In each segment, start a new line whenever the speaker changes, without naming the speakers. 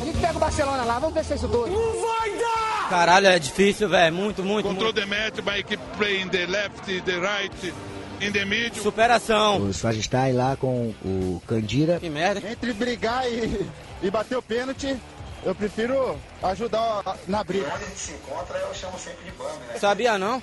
A gente pega o Barcelona lá, vamos vencer isso tudo.
Não vai dar!
Caralho, é difícil, velho. Muito, muito.
Control
muito.
the match by keep playing the left, the right, in the middle.
Superação.
O Svagistai lá com o Candira.
Que merda.
Entre brigar e, e bater o pênalti, eu prefiro ajudar a- na briga.
Sabia não?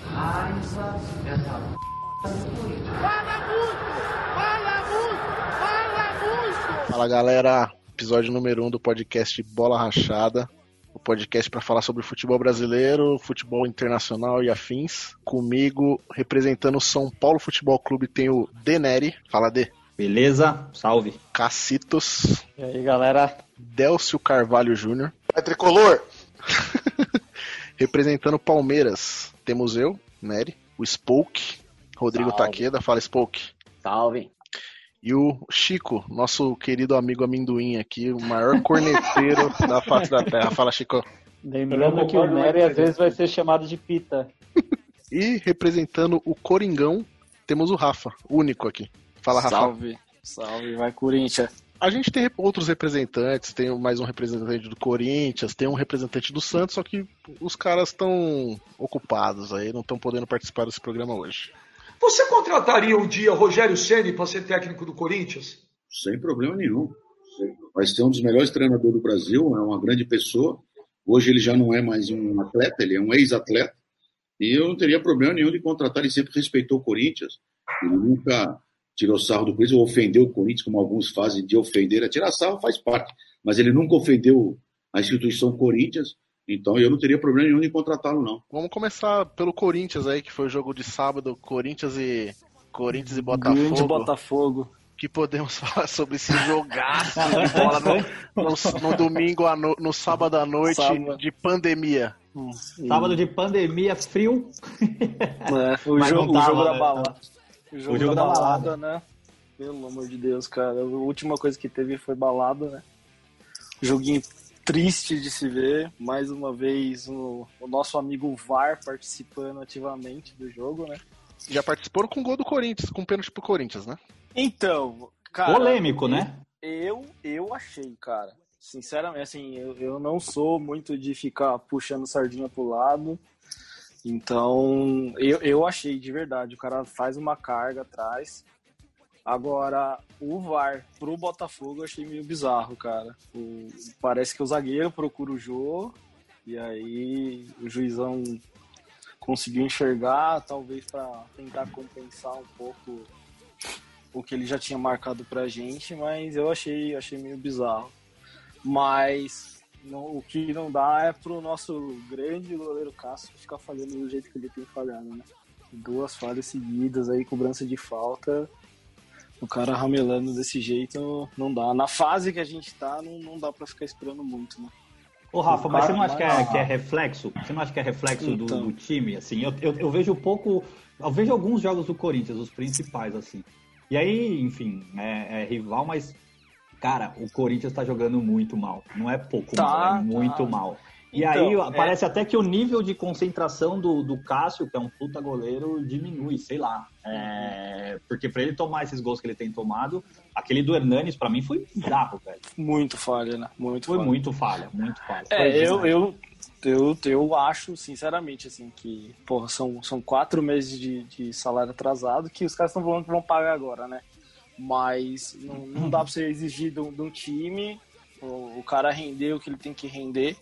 Fala galera, episódio número 1 um do podcast Bola Rachada. O podcast para falar sobre futebol brasileiro, futebol internacional e afins. Comigo, representando o São Paulo Futebol Clube, tem o Deneri. Fala D.
Beleza? Salve.
Cacitos.
E aí, galera?
Délcio Carvalho Júnior.
É tricolor?
Representando o Palmeiras, temos eu, Nery. O Spoke. Rodrigo
Salve.
Taqueda. Fala Spoke.
Salve.
E o Chico, nosso querido amigo amendoim aqui, o maior corneteiro da face da terra. Fala, Chico.
Lembrando que o Nery às vezes vai ser chamado de Pita.
E representando o Coringão, temos o Rafa, o único aqui. Fala, Rafa.
Salve. Salve, vai Corinthians.
A gente tem rep- outros representantes, tem mais um representante do Corinthians, tem um representante do Santos, só que os caras estão ocupados aí, não estão podendo participar desse programa hoje.
Você contrataria um dia Rogério Ceni para ser técnico do Corinthians?
Sem problema nenhum. Mas tem um dos melhores treinadores do Brasil, é uma grande pessoa. Hoje ele já não é mais um atleta, ele é um ex-atleta. E eu não teria problema nenhum de contratar, ele sempre respeitou o Corinthians. Ele nunca tirou sarro do Corinthians ou ofendeu o Corinthians, como alguns fazem de ofender. É, Tirar sarro faz parte, mas ele nunca ofendeu a instituição Corinthians. Então eu não teria problema nenhum de contratá-lo, não.
Vamos começar pelo Corinthians aí, que foi o jogo de sábado, Corinthians e. Corinthians e Botafogo.
Botafogo.
que podemos falar sobre esse jogaço de bola no, no- no domingo, à no, no sábado à noite
Sábado.
de pandemia.
Sábado de pandemia, frio.
É, o,
Mas
jogo,
não
o
tava,
jogo da
né?
balada. O jogo,
jogo
da,
da
balada, né? Pelo amor de Deus, cara. A última coisa que teve foi balada, né? Joguinho triste de se ver. Mais uma vez o, o nosso amigo VAR participando ativamente do jogo, né?
Já participaram com o gol do Corinthians, com o pênalti pro Corinthians, né?
Então, cara.
Polêmico, né?
Eu, eu achei, cara. Sinceramente, assim, eu, eu não sou muito de ficar puxando sardinha pro lado. Então, eu, eu achei de verdade. O cara faz uma carga atrás. Agora, o VAR pro Botafogo eu achei meio bizarro, cara. O- parece que o zagueiro procura o Jô. E aí o juizão conseguiu enxergar, talvez para tentar compensar um pouco o que ele já tinha marcado pra gente, mas eu achei, achei meio bizarro. Mas não- o que não dá é pro nosso grande goleiro Cássio ficar falhando do jeito que ele tem falhado, né? Duas falhas seguidas aí, cobrança de falta. O cara ramelando desse jeito não dá. Na fase que a gente tá, não, não dá pra ficar esperando muito, né?
Ô, Rafa, mas você não acha que é,
Mas-
que é reflexo? Você não acha que é reflexo do,
Então.
do time, assim? Eu, eu, eu vejo pouco... Eu vejo alguns jogos do Corinthians, os principais, assim. E aí, enfim, é, é rival, mas... Cara, o Corinthians tá jogando muito mal. Não é pouco
Tá,
mal,
tá.
é muito mal. E
Então,
aí,
é-
parece até que o nível de concentração do, do Cássio, que é um puta goleiro, diminui, sei lá. É, porque pra ele tomar esses gols que ele tem tomado, aquele do Hernanes, pra mim, foi bizarro, velho.
Muito falha, né? Muito
Foi
falha.
muito falha, muito falha. Foi
É, eu,
demais.
eu, eu, eu acho, sinceramente, assim, que porra, são, são quatro meses de, de salário atrasado que os caras estão falando que vão pagar agora, né? Mas não, não dá pra você exigir de um, de um time o, o cara render o que ele tem que render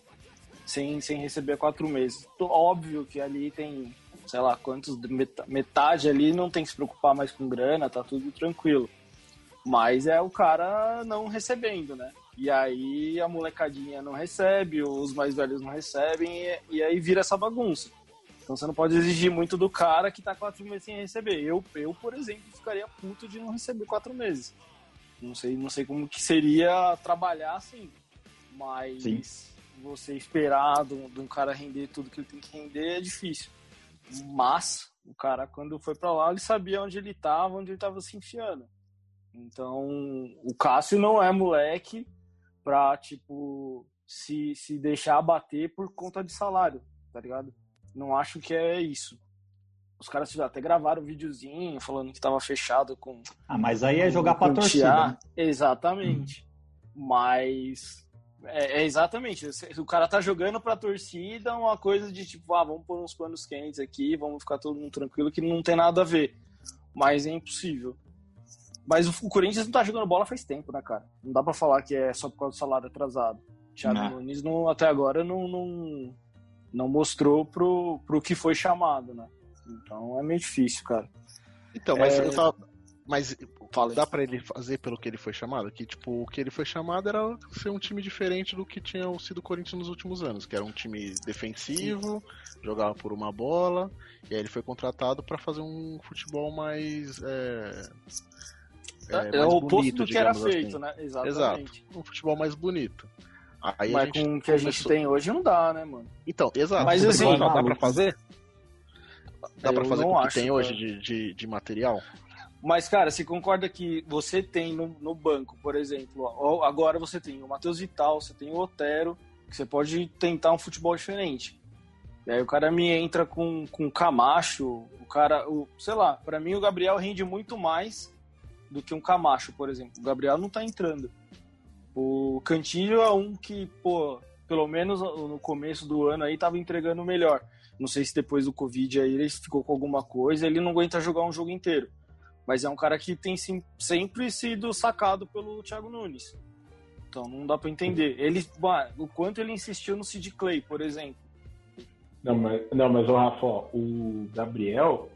sem, sem receber quatro meses. Tô- Óbvio que ali tem, sei lá, quantos, meta- metade ali não tem que se preocupar mais com grana, tá tudo tranquilo. Mas é o cara não recebendo, né? E aí a molecadinha não recebe, os mais velhos não recebem, e, e aí vira essa bagunça. Então você não pode exigir muito do cara que tá quatro meses sem receber. Eu, eu por exemplo, ficaria puto de não receber quatro meses. Não sei, não sei como que seria trabalhar assim, mas
Sim.
você esperar de um de um cara render tudo que ele tem que render é difícil. Mas o cara, quando foi pra lá, ele sabia onde ele tava, onde ele tava se enfiando. Então, o Cássio não é moleque pra, tipo, se, se deixar abater por conta de salário, tá ligado? Não acho que é isso. Os caras até gravaram um videozinho falando que tava fechado com,
Ah, mas aí é jogar pra
com o
torcida.
Thiago.
né?
Exatamente. Mas É, é exatamente. O cara tá jogando pra torcida é uma coisa de tipo, ah, vamos pôr uns panos quentes aqui, vamos ficar todo mundo tranquilo, que não tem nada a ver. Mas é impossível. Mas o, o Corinthians não tá jogando bola faz tempo, né, cara? Não dá pra falar que é só por causa do salário atrasado. Thiago
Né.
Não.
Nunes não, até agora não, não, não mostrou pro, pro que foi chamado, né? Então é meio difícil, cara.
Então, mas
É.
eu tava. Mas
Fala aí.
dá pra ele fazer pelo que ele foi chamado? Que, tipo, o que ele foi chamado era ser um time diferente do que tinha sido o Corinthians nos últimos anos, que era um time defensivo, jogava por uma bola, e aí ele foi contratado pra fazer um futebol mais. É,
É, o oposto do que era
digamos
feito,
assim.
né? Exatamente.
Um futebol mais bonito. Aí a
Mas
gente
com o que a gente
começou-
tem hoje não dá, né, mano?
Então, exato.
Mas,
Você
assim,
falou, dá pra
maluco.
fazer? Dá pra
Eu
fazer
não
com o que
acho,
tem
cara.
hoje de, de, de material?
Mas, cara, você concorda que você tem no, no banco, por exemplo, ó, agora você tem o Matheus Vital, você tem o Otero, que você pode tentar um futebol diferente. E aí o cara me entra com, com o Camacho, o cara, o, sei lá, pra mim o Gabriel rende muito mais do que um Camacho, por exemplo. O Gabriel não tá entrando. O Cantilho é um que, pô, pelo menos no começo do ano aí tava entregando melhor. Não sei se depois do Covid aí ele ficou com alguma coisa, ele não aguenta jogar um jogo inteiro mas é um cara que tem sim- sempre sido sacado pelo Thiago Nunes. Então não dá pra entender. Ele, bah, o quanto ele insistiu no Sid Clay, por exemplo.
Não, mas, não, mas o Rafa, ó, o Gabriel,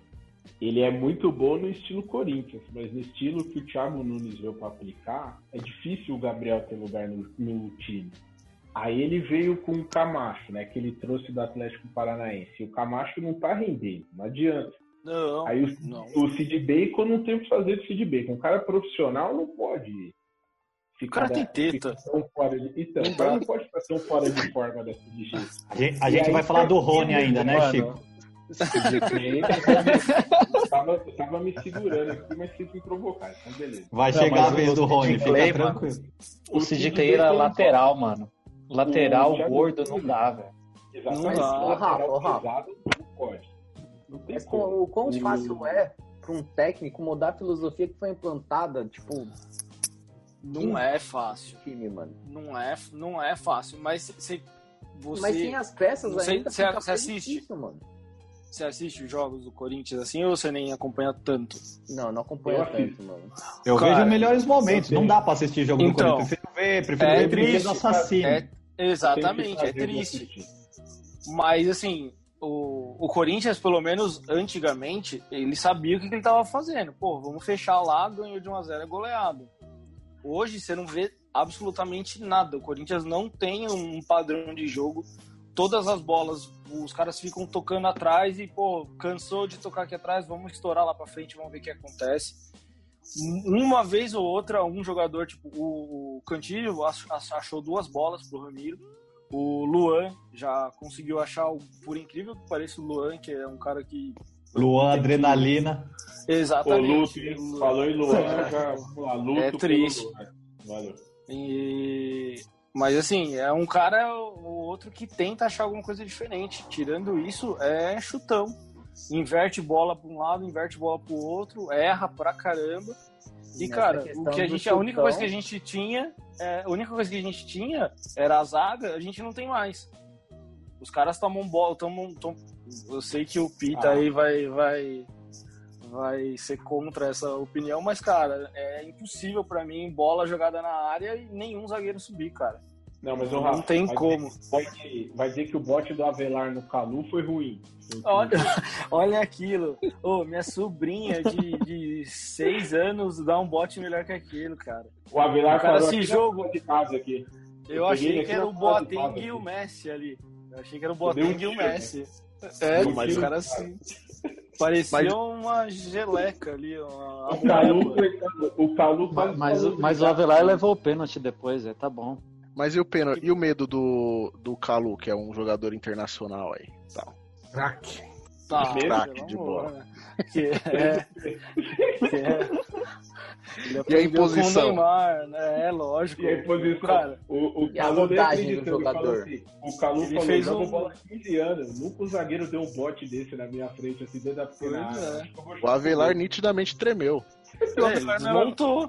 ele é muito bom no estilo Corinthians, mas no estilo que o Thiago Nunes veio para aplicar, é difícil o Gabriel ter lugar no, no time. Aí ele veio com o Camacho, né, que ele trouxe do Atlético Paranaense. E o Camacho não tá rendendo, não adianta.
Não,
Aí o,
não.
o Sid Bacon não tem o que fazer do Sid Bacon. Um cara profissional não pode
O cara tem teta.
ficar tão fora de... Então, o cara não pode ficar tão fora de forma desse jeito.
A gente, a
E
gente
aí,
vai falar do
cara,
Rony ainda, né,
mano,
Chico?
tava, tava me segurando aqui, mas quis me provocar, então beleza.
Vai
Não,
chegar a
mas o-
vez do
o
Rony, fica
Clay, mano,
tranquilo.
O
Sid
Sid Clay era
Bacon-
lateral, mano. Lateral,
O Thiago
gordo, não
Nunes.
dá, velho.
tá?
Não dá.
Lateral
Ô,
Rafa, ô, Rafa.
pesado, Não pode. Não tem
Mas
como.
o quão
fácil
é pra um técnico mudar a filosofia que foi implantada, tipo,
um
Não é fácil.
time, mano.
Não é, não é fácil. Mas se, você,
as peças
Não sei, ainda você- fica você mais assiste?
Difícil, mano.
você assiste os jogos do Corinthians assim ou você nem acompanha tanto?
Não, não
Eu
acompanha
assisto.
tanto, mano.
Eu
Cara,
vejo melhores
é
momentos. Não dá pra assistir jogo do
Então,
Corinthians. Prefiro ver, prefiro ver Brinquedo
cara.
Assassino.
É-
Tem que
exatamente, é
fazer de um
triste.
assistir.
Mas assim, o, o Corinthians, pelo menos antigamente, ele sabia o que, que ele estava fazendo. Pô, vamos fechar lá, ganhou de 1x0 é goleado. Hoje você não vê absolutamente nada. O Corinthians não tem um padrão de jogo. Todas as bolas, os caras ficam tocando atrás e, pô, cansou de tocar aqui atrás, vamos estourar lá pra frente, vamos ver o que acontece. Uma vez ou outra, um jogador, tipo, o o Cantillo ach- ach- achou duas bolas pro Ramiro. O Luan já conseguiu achar, o- por incrível que pareça, o Luan, que é um cara que.
Luan, adrenalina.
Ô,
Exatamente.
Luto,
Lu-
falou em Luan, já, vamos lá, Luto
É
pelo
triste.
Luan. Valeu.
E- Mas assim, é um cara ou outro que tenta achar alguma coisa diferente. Tirando isso, é chutão. Inverte bola pra um lado, inverte bola pro outro, erra pra caramba. E,
Nessa
cara,
questão
o que a
do
gente, a única
chutão-
coisa que a gente tinha, é, a única coisa que a gente tinha era a zaga, a gente não tem mais. Os caras tomam bola, tomam, tom- eu sei que o Pita
Ah.
aí vai vai vai ser contra essa opinião, mas cara, é impossível pra mim bola jogada na área e nenhum zagueiro subir, cara.
Não, mas o
Não
Rafa,
tem
vai
como.
dizer- vai, dizer, vai dizer que o bote do Avelar no Calu foi ruim.
Olha, olha aquilo. Ô, minha sobrinha de, de seis anos dá um bote melhor que aquilo, cara.
O Avelar
O cara
parou
se
aqui na
jogo-
porta de casa aqui.
Eu,
Eu peguei
achei
aqui
que era
na
o
casa do
Boateng
Fábio
e o
aqui.
Messi ali. Eu achei que era o
Eu dei um
Boateng e o
tiro,
Messi. É,
Não, mas
os
eu-
caras assim, parecia uma geleca ali, uma
O Calu, coitado, o Calu quase
Mas,
falou
mas o
de-
Avelar levou o pênalti depois, é, tá bom.
Mas e o, pena, e o medo do, do Calu, que é um jogador internacional aí? Tal.
Crack.
Tá,
Craque
pelo
de
amor,
bola.
né? Que é, que é. Ele aprendeu
imposição?
Com o Neymar, né? É lógico.
E a imposição.
Cara,
O, o
E a
Calu nem
rodagem
acreditou,
do
ele falou
jogador.
assim, o Calu
Ele
falou,
fez
jogo
um-
bola há 15 anos. Nunca o zagueiro deu um bote desse na minha frente, é assim, dentro da pequena
Pois
área.
é.
Acho que eu vou
O
chutar.
Avelar nitidamente tremeu.
E
É,
o Avelar
né?
não era-
desmontou.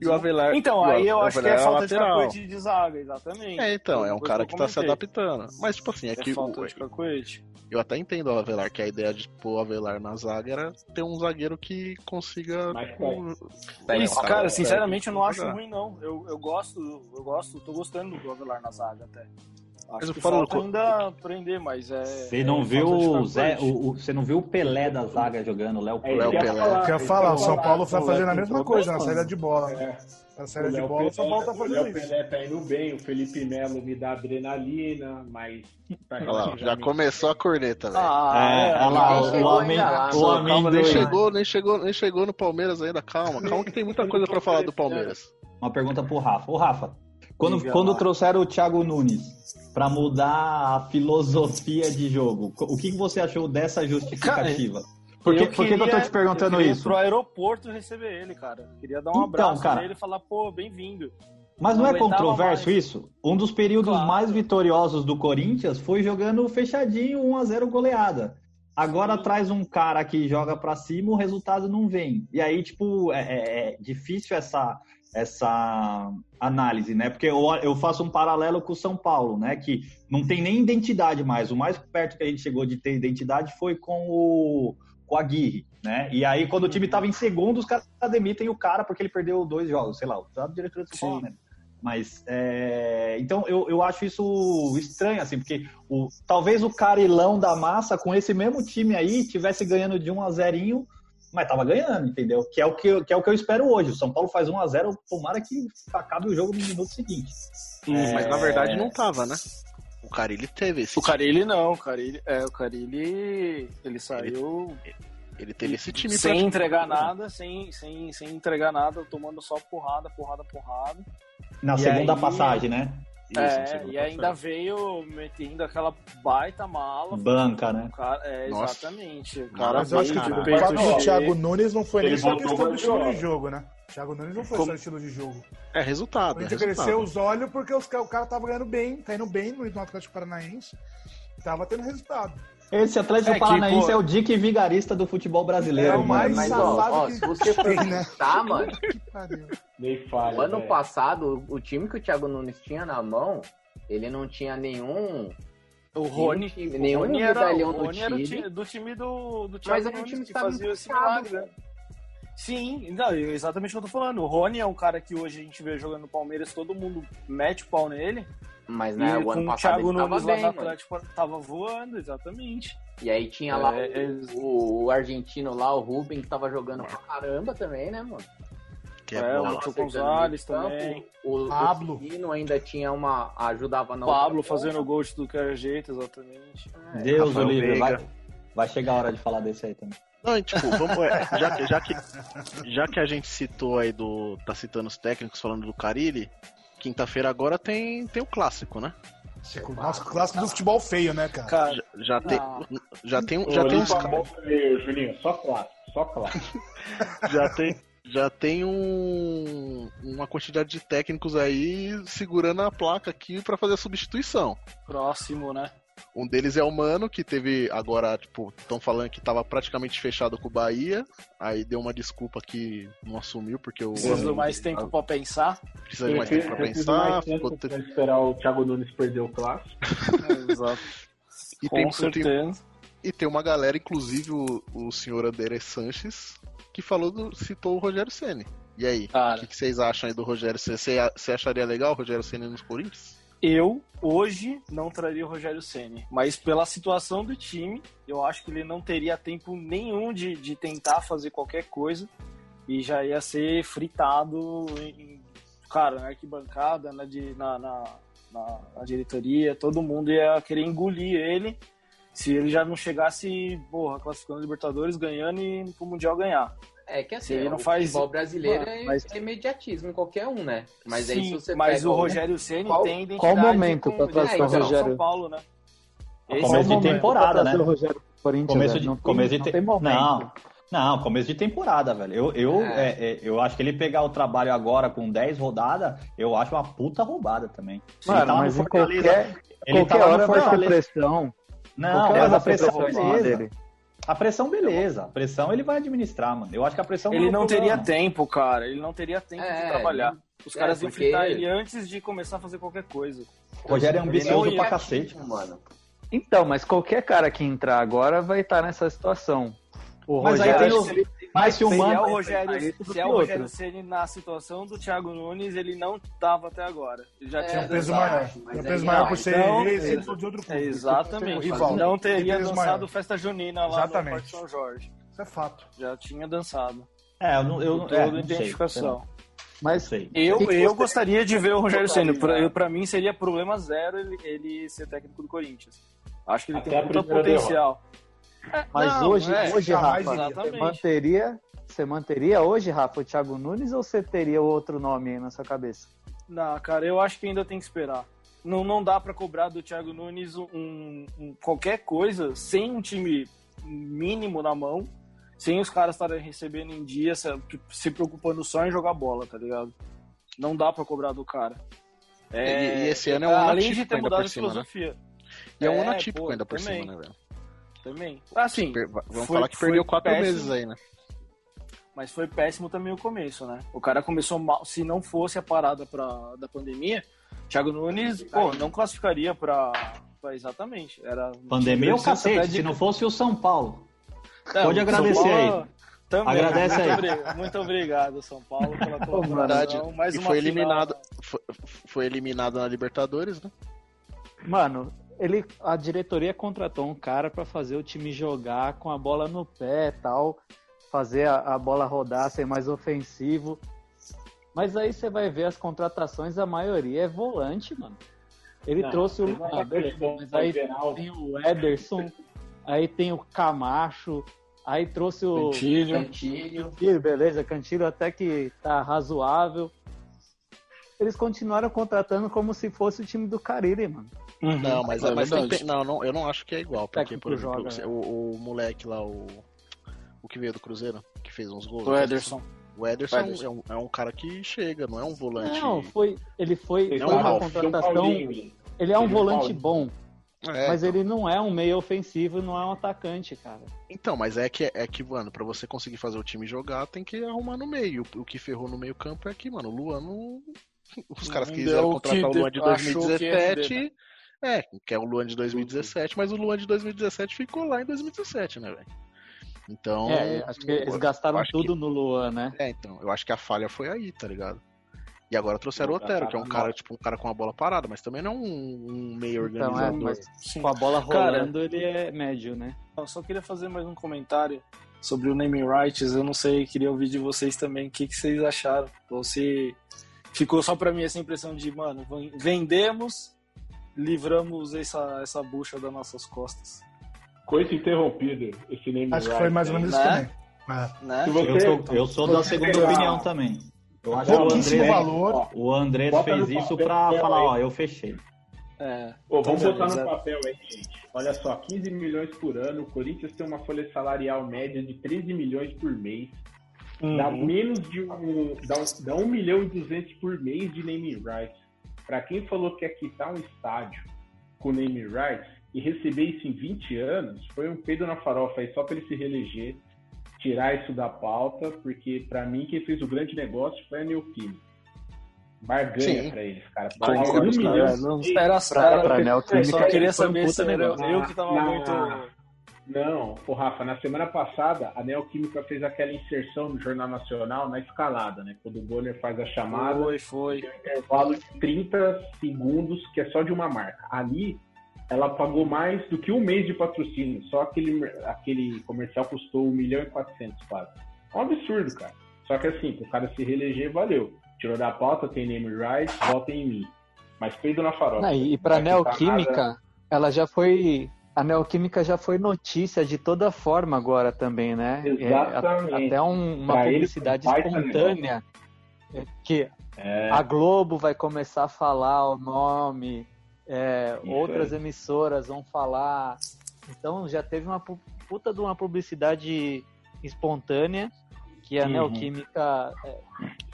E o Avelar. Então,
e o
aí eu acho que é
Avelar
falta de
lateral.
cacoete de zaga, exatamente.
É, então, é um
Foi o
cara
eu
que tá se
comentei.
adaptando. Mas, tipo assim, é
É
que.
falta
o-
de cacoete.
Eu até entendo o Avelar, que a ideia de pôr o Avelar na zaga era ter um zagueiro que consiga.
Isso,
Não,
cara, sinceramente eu não acho
jogar.
ruim, não. Eu, eu gosto, eu gosto, tô gostando do Avelar na zaga até.
Mas
Acho
eu
que
falo,
falta
co-
ainda aprender, mas é.
Você não
é
vê
falta de
o
cacoete.
Zé, o, o- você não vê o Pelé da zaga jogando, o Léo
É,
Pelé.
Léo Pelé.
Quer falar, o São Paulo vai
o
fazendo a
Léo
mesma
entrou
coisa
bem,
na
mano.
saída de bola. né? Na saída de bola, o São Paulo tá
o
fazendo
Léo
isso.
Pelé tá indo bem, o Felipe Melo me dá adrenalina, mas. tá
Olha lá, já
relativamente-
começou a corneta, velho.
Ah,
É, olha lá, o homem- o
Calma, nem
amendoim.
chegou, nem chegou, nem chegou no Palmeiras ainda. Calma, calma que tem muita coisa pra falar do Palmeiras.
Uma pergunta pro Rafa. Ô, Rafa, quando,
Diga
quando
lá.
trouxeram o Thiago Nunes pra mudar a filosofia de jogo, co- o que que você achou dessa justificativa? Por que,
Eu
por que que eu tô
queria-
te perguntando
queria ir
isso?
pro aeroporto receber ele, cara. Queria dar um
Então,
abraço
cara.
nele e falar, pô, bem-vindo.
Mas não é
aguentava
controverso
mais.
isso? Um dos períodos mais vitoriosos do Corinthians foi jogando fechadinho, 1 a 0 goleada. Agora traz um cara que joga pra cima, o resultado não vem. E aí, tipo, é, é- é difícil essa essa análise, né? Porque eu, eu faço um paralelo com o São Paulo, né? Que não tem nem identidade mais. O mais perto que a gente chegou de ter identidade foi com o com a Aguirre, né? E aí, quando o time tava em segundo, os caras demitem o cara porque ele perdeu dois jogos, sei lá, o próprio diretor do São Paulo, né? Mas, é, então, eu, eu acho isso estranho, assim, porque o, talvez o carilão da massa, com esse mesmo time aí, tivesse ganhando de 1 a 0 mas tava ganhando, entendeu? Que é o que, eu- que é o que eu espero hoje. O São Paulo faz 1 a 0 tomara que acabe o jogo no minuto seguinte.
Mas
É,
na verdade não tava, né? O Carilli teve esse
O Carilli não, o Carilli, é, o Carilli, ele saiu
Ele teve esse time
sem
praticamente.
entregar nada, sem, sem, sem entregar nada, tomando só porrada, porrada, porrada.
Na
E
segunda
aí-
passagem, né?
é, e ainda veio metendo aquela baita mala.
Banca, né?
O cara- é,
Nossa.
exatamente. O cara
Mas eu acho que
veio
o
de peito
fato do
cheio.
Thiago Nunes não foi
Ele
nem só
botou
questão
o
do estilo
Guardiola.
de jogo, né? Tá Thiago Nunes não foi só estilo de jogo.
É resultado.
A
É
gente
resultado.
cresceu os olhos porque os ca- o cara tava ganhando bem, tá indo bem no Atlético Paranaense, tava tendo resultado.
Esse Atlético
É que,
tipo,
Paranaense
pô-
é o dick vigarista do futebol brasileiro.
É o mais
mano.
safado né?
Ó, se você for pensar, mano,
Nem fala.
o
É.
ano
velho.
passado, o time que o Thiago Nunes tinha na mão, ele não tinha nenhum.
O Rony,
nenhum,
o Rony era,
medalhão
o
do
Rony era o
time.
ti- do time do, do
Mas
Thiago
era um
Nunes,
time que
que
tava
fazia esse
encaixado,
milagre. né? Sim, não, é exatamente o que eu tô falando. O Rony é um cara que hoje a gente vê jogando no Palmeiras, todo mundo mete o pau nele.
Mas né,
E
o ano
com
passado
Thiago
ele tava
Nunes lá
bem,
no
mano.
Atlético tava voando, exatamente.
E aí tinha lá
É,
o, o- o argentino lá, o Rubem, que tava jogando pra caramba também, né, mano?
Que
é É, bola. o Nacho Gonzalez
Campo,
também.
O,
Pablo.
Pablo. ainda tinha uma. ajudava na outra
Pablo
ponta.
fazendo o gol de tudo que era jeito, exatamente.
Deus o
Rafael
livre.
É, Veiga.
Vai, vai chegar a hora de falar desse aí também.
Não, e, tipo, vamos, é, já, que- já, que, já que a gente citou aí do. tá citando os técnicos falando do Carilli, quinta-feira agora tem, tem o clássico, né?
Nossa, clássico do futebol feio, né, cara?
já, já tem, já tem, um,
Ô,
já tem
limpa
uns
a
ca-
mão primeiro, Juninho, só clássico, só clássico.
já tem, já tem um, uma quantidade de técnicos aí segurando a placa aqui pra fazer a substituição.
Próximo, né?
Um deles é o Mano, que teve agora, tipo, estão falando que tava praticamente fechado com o Bahia, aí deu uma desculpa que não assumiu, porque o.
Precisa de mais
tá?
tempo pra pensar.
Precisa de mais tempo pra pensar. Ficou
Vai esperar o Thiago Nunes perder o clássico.
Exato.
E
Com certeza.
e tem uma galera, inclusive o, o senhor André Sanches, que falou do, citou o Rogério Ceni. E aí, o que, que vocês acham aí do Rogério Ceni? Você você acharia legal o Rogério Ceni nos Corinthians?
Eu, hoje, não traria o Rogério Ceni, mas pela situação do time, eu acho que ele não teria tempo nenhum de, de tentar fazer qualquer coisa e já ia ser fritado, em, em- cara, na arquibancada, na, di- na, na, na- na diretoria, todo mundo ia querer engolir ele se ele já não chegasse, porra, classificando a Libertadores, ganhando e indo pro Mundial ganhar.
É que
Se
assim,
ele
ó,
não
o
faz-
futebol brasileiro
Mano,
é,
mas-
é imediatismo em qualquer um, né? Mas aí
Sim,
se você
mas
pega
o
um-
Rogério Ceni
Qual-
tem identidade
qual momento
com
pra trazer o
identidade com
Rogério?
São Paulo, né?
começo de temporada, né?
Corinthians,
Começo
velho,
de,
não tem-
começo de
não
te-
tem momento.
Não, não, começo de temporada, velho. Eu, eu, é, é, eu acho que ele pegar o trabalho agora com 10 rodadas, eu acho uma puta roubada também.
Mano,
ele tava
mas
no
em
Fortaleza-
qualquer-
ele
qualquer
tava no
hora vai ter
Fortaleza-
pressão.
Não,
Qualquer hora
mas a
vai ter
pressão é
pressão em cima
beleza.
dele.
A pressão, beleza. A pressão ele vai administrar, mano. Eu acho que a pressão
Ele
é o
não teria
problema.
tempo, cara. Ele não teria tempo
É,
de trabalhar. Os
é,
caras iam
porque-
fritar ele antes de começar a fazer qualquer coisa.
O Rogério é ambicioso
Ele não
pra
ia-
cacete.
mano.
Então, mas qualquer cara que entrar agora vai estar nessa situação. O
Mas aí
Rogério,
tem o-
acho que ele tem
mas
mais
se o
feio
Mano-
Se é o
que
Rogério,
isso do
se é
que
o
outro.
Rogério
né?
Ceni na situação do Thiago Nunes, ele não tava até agora. Ele já
É,
tinha
um peso
dançado,
maior.
mas
É um
aí
peso maior
não.
por ser
é
ex- ex- de outro clube.
Exatamente.
Tem um rival.
Não
Tem
teria
peso
dançado
maior.
festa junina lá no Parque
Exatamente.
São Jorge.
Isso é fato.
Já tinha dançado.
É, eu não, eu não,
Com
é,
toda
não sei,
identificação.
sei
Mas
sei.
Eu,
Que que
eu
você-
gostaria de ver o Rogério Ceni.
Totalmente,
Pra,
né?
eu- pra mim seria problema zero ele, ele ser técnico do Corinthians. Acho que ele
Até
tem
a
muito
primeira
potencial. É,
Mas
não,
hoje,
é,
hoje
jamais
Rafa,
iria.
você manteria, você manteria hoje, Rafa, o Thiago Nunes ou você teria outro nome aí na sua cabeça?
Não, cara, eu acho que ainda tem que esperar. Não, não dá pra cobrar do Thiago Nunes um, um- qualquer coisa sem um time mínimo na mão, sem os caras estarem recebendo em dia, se, se preocupando só em jogar bola, tá ligado? Não dá pra cobrar do cara.
E- e esse ano é um ano
Além de
atípico
ter
ainda
mudado
por
a
cima, né?
filosofia.
E é um ano
É,
atípico
pô,
ainda por
também.
cima, né, velho?
Também. Assim,
Per- Vamos
foi-
falar que
foi
perdeu quatro
péssimo.
meses aí, né?
Mas foi péssimo também o começo, né? O cara começou mal. Se não fosse a parada pra, da pandemia, Thiago Nunes, pô, não classificaria pra. pra- exatamente. Era
Pandemia é o
tinha
cacete,
até de-
se não fosse o São Paulo.
É,
Pode
o
agradecer
São Paulo-
aí.
Também. né?
Agradece aí.
muito obri- muito obrigado, São Paulo, pela
Verdade.
colaboração. Mais
e
uma
foi
final.
eliminado, foi, foi eliminado na Libertadores, né?
Mano, ele, a diretoria contratou um cara pra fazer o time jogar com a bola no pé e tal, fazer a, a bola rodar, ser mais ofensivo. Mas aí você vai ver as contratações, a maioria é volante, mano. Ele
Não,
trouxe o
tem uma
Luan
questão
Aberto, mas aí
geral.
tem o Ederson, aí tem o Camacho, aí trouxe o
Cantilho.
Cantilho, beleza, Cantilho até que tá razoável. Eles continuaram contratando como se fosse o time do Cariri, mano.
Uhum.
Não, mas,
É
mas não,
verdade.
tem- não, não, eu não acho que é igual. Porque,
Técnico
por exemplo,
joga,
você-
né?
o, o moleque lá, o, o que veio do Cruzeiro, que fez uns gols.
O
né?
Ederson.
O Ederson,
O Ederson.
É, um, é um cara que chega, não é um volante.
Não, foi, ele foi,
Ele
foi
é um
uma
Ralf,
contratação.
é um Paulinho.
ele é um
Ele é um
volante
Paulinho.
bom,
É,
mas
então.
ele não é um meio ofensivo, não é um atacante, cara.
Então, mas é que, é que, mano, pra você conseguir fazer o time jogar, tem que arrumar no meio. O que ferrou no meio campo é que, mano, o Luan não... Os caras
Não
quiseram
deu o
contratar o
que
Luan de
achou que ia render, né?
2017. É, que é o Luan de 2017, mas o Luan de 2017 ficou lá em 2017, né, velho? Então.
É, acho que eles gastaram tudo no Luan, né?
É, então. Eu acho que a falha foi aí, tá ligado? E agora trouxeram o
Não,
tá
Otero, que é um
gastaram
cara, tipo, um cara com a bola parada, mas também não um, um meio
Então, é,
organizador.
mas com a bola
Cara,
rolando, ele é médio, né?
Eu só queria fazer mais um comentário sobre o naming rights. Eu não sei, queria ouvir de vocês também. O que, que vocês acharam? Ou se ficou só pra mim essa impressão de, mano, ven- vendemos, livramos essa, essa bucha das nossas costas.
Coito interrompido, esse name
Acho que
right,
foi mais ou menos isso
né?
também.
Né?
Se você-
Eu sou, eu sou da
Você
segunda
pegar-
opinião também. Eu
é
acho que o
É. Pouquíssimo
Andrés,
valor.
o Andrés
Bota
fez
no
isso
papel,
pra
papel
falar,
aí.
ó, eu fechei.
É.
Pô, vamos
Então,
botar no
exato.
papel aí, gente. Olha só, 15 milhões por ano, o Corinthians tem uma folha salarial média de 13 milhões por mês. Dá
Uhum.
menos de um. Dá, um- dá 1 milhão e 200 por mês de name rights. Pra quem falou que ia quitar um estádio com name rights e receber isso em 20 anos, foi um peido na farofa aí só pra ele se reeleger, tirar isso da pauta, porque pra mim quem fez o grande negócio foi a Neoquímica. Barganha
Sim.
pra eles, cara.
Concordo,
Pagar um
cara.
milhão
Não,
de-
era-
pra-
era-
pra
eu
Neoquímica,
só queria
foi um
saber
puta
se era
negócio.
eu que tava
Na-
muito-
Não, ô Rafa, na semana passada a Neoquímica fez aquela inserção no Jornal Nacional na escalada, né? Quando o Bonner faz a chamada.
Foi, foi.
intervalo de 30 segundos, que é só de uma marca. Ali, ela pagou mais do que um mês de patrocínio. Só aquele, aquele comercial custou 1 milhão e 400 quase. É um absurdo, cara. Só que assim, pro cara se reeleger, valeu. Tirou da pauta, tem name rights, vota em mim. Mas peido na farofa.
Não, e pra
Não vai ficar
Neoquímica,
nada-
ela já foi. A Neoquímica já foi notícia de toda forma agora também, né? É,
Exatamente.
até um- uma
Pra eles,
publicidade
vai também.
espontânea. é, Que
É.
a Globo vai começar a falar o nome, é,
Isso
outras
aí.
emissoras vão falar. Então já teve uma pu- puta de uma publicidade espontânea que a
Uhum.
Neoquímica é,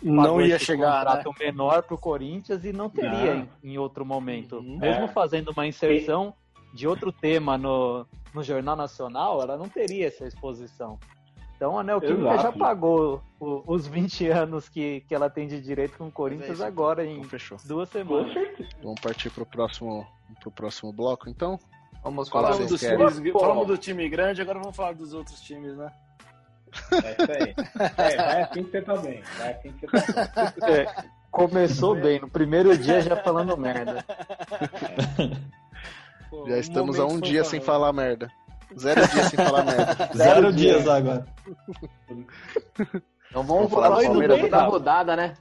Não
pagou
ia
né?
esse
chegar,
né?
contrato menor pro Corinthians e não teria
Não.
em, em outro momento.
Uhum.
Mesmo
É.
fazendo uma inserção,
de outro tema no, no Jornal Nacional, ela não teria essa exposição. Então a Neoquímica
Exato.
já pagou o- os 20 anos que, que ela tem de direito com o Corinthians
isso,
agora em duas semanas.
Vamos partir pro próximo, pro próximo bloco, então?
Vamos
falar
Falamos dos times- falamos do time grande, agora vamos falar dos outros times, né?
É, vai assim que você tá bem. Vai assim que você tá bem.
É, começou bem, no primeiro dia já falando merda.
Já estamos a um
momento
dia
foi
sem
falado.
falar merda. Zero dias sem falar merda.
Zero dias agora.
Então
vamos falar do Palmeiras,
Da rodada, né?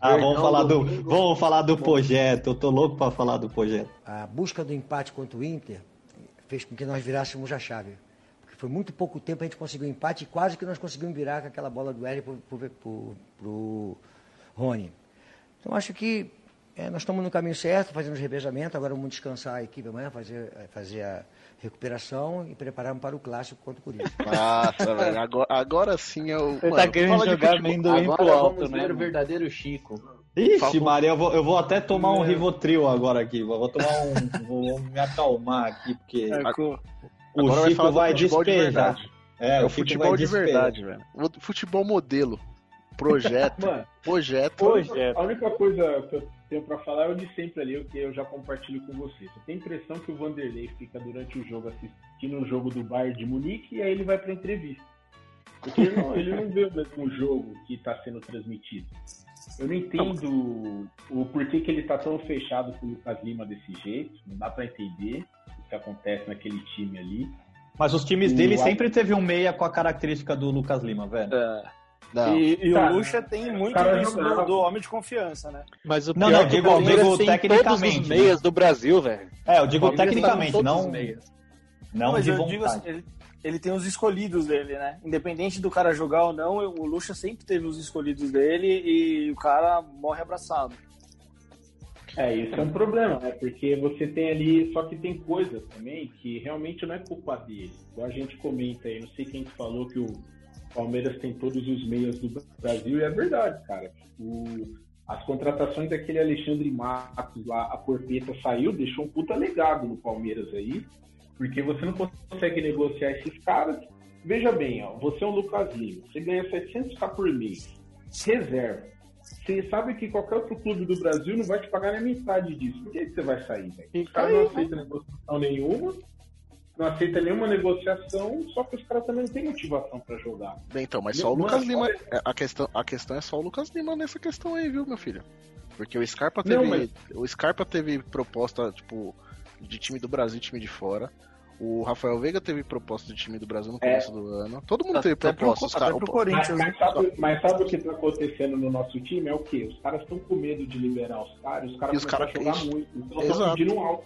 Ah, vamos
Perdão,
falar do, vamos falar do projeto. Eu tô louco pra falar do projeto.
A busca do empate contra o Inter fez com que nós virássemos a chave. Porque foi muito pouco tempo a gente conseguiu o empate e quase que nós conseguimos virar com aquela bola do Hélio pro, pro, pro- pro Rony. Então acho que eh, nós estamos no caminho certo, fazendo os revezamentos, agora vamos descansar a equipe amanhã, fazer, eh, fazer a recuperação e prepararmos para o clássico contra o Corinthians.
Nossa, velho. Agora, agora sim é eu.
Você tá querendo
fala de
jogar
futebol.
amendoim
pro alto,
Era
né,
o
mano?
verdadeiro Chico.
Ixi,
Falcão.
Maria, eu vou, eu vou até tomar um Rivotril agora aqui. Vou vou tomar um. vou me acalmar aqui, porque.
É,
Agora
O
Agora vai
Chico
falar do
vai,
futebol de
despejar.
verdade.
é,
É
o
o
Chico
futebol
vai
de
despejar.
verdade, velho. O Futebol modelo. Projeto.
Mano.
projeto.
é,
A única coisa que eu tenho pra falar é o de sempre ali, o que eu já compartilho com vocês. Eu tenho a impressão que o Vanderlei fica durante o jogo assistindo o jogo do Bayern de Munique e aí ele vai pra entrevista. Porque ele não, ele não vê o mesmo jogo que tá sendo transmitido. Eu não entendo o porquê que ele tá tão fechado com o Lucas Lima desse jeito. Não dá pra entender o que acontece naquele time ali.
Mas os times dele
Hum,
O-
sempre teve um meia com a característica do Lucas Lima, velho.
E, e o Lucha tem muito disso do, do homem de confiança, né?
Mas o
Não,
pior
não,
é que
digo-
o Palmeiras
digo
tem
tecnicamente,
Todos os meias
né?
do Brasil, velho.
É, eu digo
O Palmeiras
tecnicamente,
tá com todos
não-
os meias.
Não,
mas
de
eu
vontade.
digo assim, ele, ele tem os escolhidos dele, né? Independente do cara jogar ou não, eu- o Lucha sempre teve os escolhidos dele e o cara morre abraçado.
É, isso é um problema, né? Porque você tem ali. Só que tem coisa também que realmente não é culpa dele. Igual a gente comenta aí, não sei quem que falou que o Palmeiras tem todos os meios do Brasil, e é verdade, cara. O- as contratações daquele Alexandre Matos lá, a Porpeta saiu, deixou um puta legado no Palmeiras aí, porque você não consegue negociar esses caras. Veja bem, ó, você é um Lucas Lima, você ganha 700k por mês, reserva. Você sabe que qualquer outro clube do Brasil não vai te pagar nem metade disso. Por que, que você vai sair, velho? Os caras
né?
não aceitam negociação nenhuma, não aceita nenhuma negociação, só que os caras também não têm motivação pra jogar.
Bem, então, mas só o
Não,
Lucas
não,
Lima. é, A questão, a questão é só o Lucas Lima nessa questão aí, viu, meu filho? Porque o Scarpa teve.
Não, mas-
O Scarpa teve proposta, tipo, de time do Brasil e time de fora. O Rafael Veiga teve proposta de time do Brasil no
É.
começo do ano. Todo mundo
Até
teve
pro-
proposta. os
Tá,
até
caras-
pro
o-
Mas, mas sabe, mas sabe o que tá acontecendo no nosso time? É o quê? Os caras estão com medo de liberar os caras, os
E
caras
os
começam a
caras-
jogar
isso.
muito. Então estão
Exato.
pedindo um alto.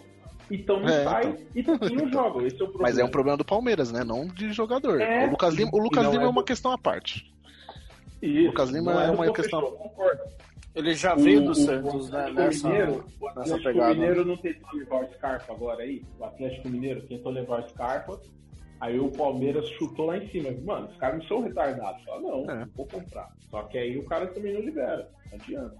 Então não
É,
sai e, e não joga. Esse é o problema.
Mas é um problema do Palmeiras, né? Não de jogador.
É.
O Lucas Lima, o Lucas
E não
Lima
é
é uma
do-
questão à parte.
Isso,
o Lucas Lima
não
é
do
uma
professor,
questão.
concordo.
Ele já
O-
veio do
o-
Santos,
o
né?
Atlético
Nessa,
Mineiro, o
nessa
Atlético
pegada. né?
Mineiro não tentou levar o Scarpa agora aí. O Atlético Mineiro tentou levar o Scarpa. Aí o Palmeiras chutou lá em cima. Mano, os caras não são retardados. Fala, não,
É.
não vou comprar. Só que aí o cara também não libera. Não adianta.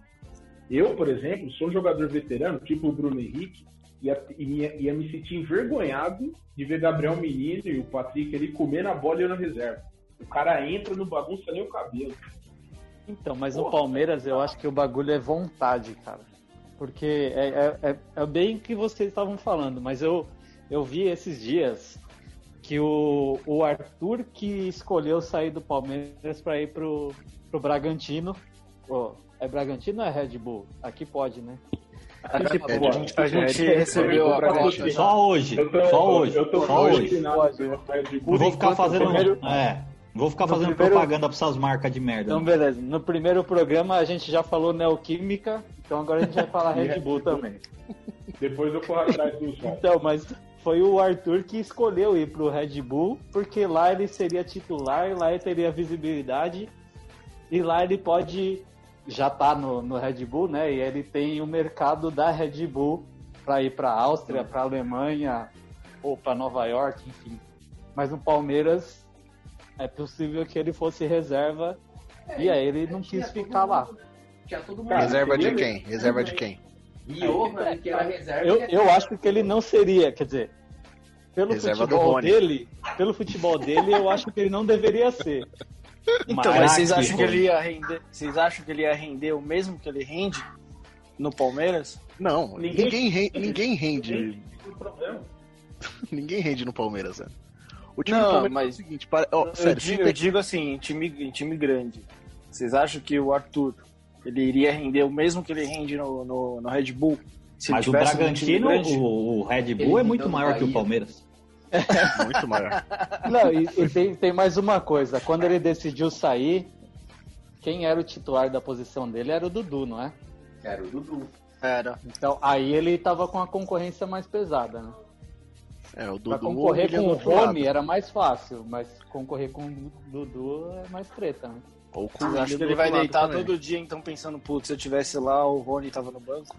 Eu, por exemplo, sou um jogador veterano, tipo o Bruno Henrique, ia, ia, ia me sentir envergonhado de ver Gabriel Menino e o Patrick ali comendo a bola e eu na reserva. O cara entra, não bagunça nem o cabelo.
Então, mas no Palmeiras eu acho que o bagulho é vontade, cara. Porque é, é, é- é bem o que vocês estavam falando, mas eu, eu vi esses dias que o, o Arthur que escolheu sair do Palmeiras para ir pro, pro Bragantino. Ô, é Bragantino ou é Red Bull? Aqui pode, né?
Aqui
pode.
pode. É, A gente recebeu a pauta já.
Só hoje,
Eu tô-
só
eu-
hoje,
eu tô
só
hoje.
hoje. Não
Por
vou ficar
enquanto,
fazendo.
primeiro-
É, vou ficar
No
fazendo
primeiro-
propaganda pra essas marcas de merda.
Então, beleza. No primeiro programa a gente já falou Neoquímica, então agora a gente vai falar Red Bull também.
Depois eu corro atrás dos caras.
Então, mas foi o Arthur que escolheu ir pro Red Bull, porque lá ele seria titular, lá ele teria visibilidade, e lá ele pode. Já tá no, no Red Bull, né? E ele tem o mercado da Red Bull pra ir pra Áustria, pra Alemanha, ou pra Nova York, enfim. Mas no Palmeiras é possível que ele fosse reserva, e aí ele não quis ficar lá.
Tinha todo mundo.
Reserva de quem? Reserva de quem?
E outra que era reserva.
Eu, eu acho que ele não seria, quer dizer, pelo
Reserva do
futebol
Rony.
dele, pelo futebol dele, eu acho que ele não deveria ser.
Então, mas vocês acham que ele ia render? Vocês acham que ele ia render o mesmo que ele rende no Palmeiras?
Não, ninguém, ren- ninguém rende.
problema.
ninguém rende no Palmeiras, né? O time do
Não,
Palmeiras é o
mas
seguinte, para... ó,
eu,
sério,
digo,
se-
eu digo assim, em time, em time grande. Vocês acham que o Arthur ele iria render o mesmo que ele rende no, no, no Red Bull? ele
Mas o
tivesse num time
Bragantino,
grande?
o, o Red Bull é muito maior que o Palmeiras.
é muito maior.
Não, e, e tem, tem mais uma coisa. Quando ele decidiu sair, quem era o titular da posição dele era o Dudu, não é?
Era o Dudu.
Era.
Então, aí ele tava com a concorrência mais pesada, né?
É, o Dudu.
Pra concorrer
ele é
com
do
o
outro lado.
Rony era mais fácil, mas concorrer com o Dudu é mais treta, né?
Ou
Eu acho que ele vai deitar todo dia, então pensando, putz, se eu tivesse lá, o Rony tava no banco.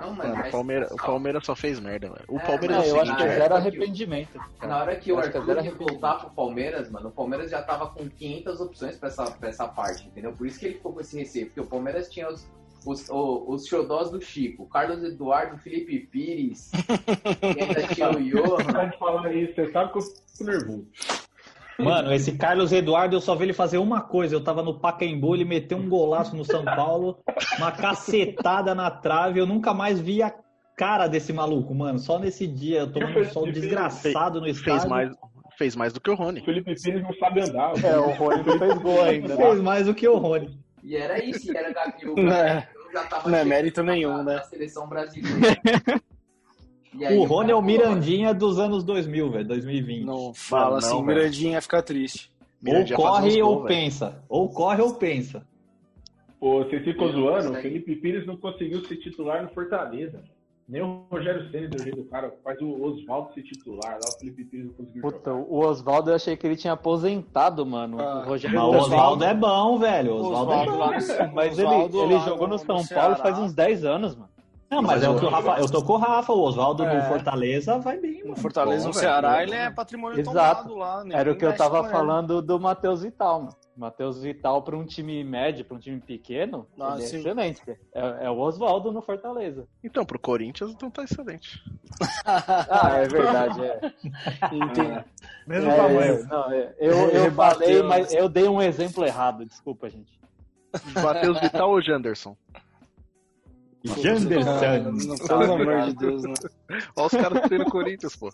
Não,
Mano, o, Palmeiras, o Palmeiras só fez merda, velho. O
É,
Palmeiras
não,
é o
eu acho
seguinte,
que é
velho.
zero
arrependimento.
Na hora que o
Acho que é
Arthur
zero
ia voltar pro Palmeiras, mano, o Palmeiras já tava com 500 opções pra essa, pra essa parte, entendeu? Por isso que ele ficou com esse receio, porque o Palmeiras tinha os, os, o- os xodós do Chico, Carlos Eduardo, Felipe Pires, e ainda tinha o Johan.
Para de falar isso, você sabe que eu fico nervoso.
Mano, esse Carlos Eduardo, eu só vi ele fazer uma coisa. Eu tava no Pacaembu, ele meteu um golaço no São Paulo, uma cacetada na trave. Eu nunca mais vi a cara desse maluco, mano. Só nesse dia, eu tomando um sol desgraçado no estádio.
Fez mais, fez mais do que o Rony.
Felipe Pires não sabe andar.
É, o Rony não fez gol
né?
ainda.
Fez mais do que o Rony.
E era isso, e era Gabigol.
Não é-
Gabigol já tava
não é
chegando
mérito
na-
nenhum, né?
Na seleção brasileira. E aí
O Rony é o
cara-
Mirandinha dos anos 2000, velho, 2020. Não,
Fala assim, Mirandinha fica triste.
Ou
Mirandinha faz
corre
uns
ou
gols, velho.
pensa. Ou corre ou pensa.
Pô, vocês ficam zoando,
tá
o Felipe Pires não conseguiu ser titular no Fortaleza. Nem o Rogério Ceni deu jeito do cara, faz o Oswaldo ser titular, lá o Felipe Pires não conseguiu
Puta, o Oswaldo eu achei que ele tinha aposentado, mano. Ah, o
Ah,
Rogério
Mas o Oswaldo é bom, velho. O Oswaldo é
Oswaldo
bom.
lá no-
Mas ele,
Oswaldo
ele
lá
jogou no
no
São
Ceará.
Paulo faz uns 10 anos, mano. Não, mas, é o que o Rafa. Eu tô com o Rafa. O Oswaldo
É.
no Fortaleza vai bem, mano. No
Fortaleza, no Ceará, ele é patrimônio
Exato.
tombado lá. ninguém
Era o que eu
mexe
tava
com ele.
falando do Matheus Vital, mano. Matheus Vital pra um time médio, pra um time pequeno,
Ah,
ele é
sim.
excelente. É, é o Oswaldo no Fortaleza.
Então, pro Corinthians, então tá excelente.
Ah, é verdade, é.
Entendi.
É, eu- não, é, eu, eu
Rebateu.
falei,
né?
mas eu dei um exemplo errado, desculpa, gente.
Tá
Matheus Vital ou Janderson?
Janderson. Pelo amor de Deus, né?
Olha os caras que tem no Corinthians, pô.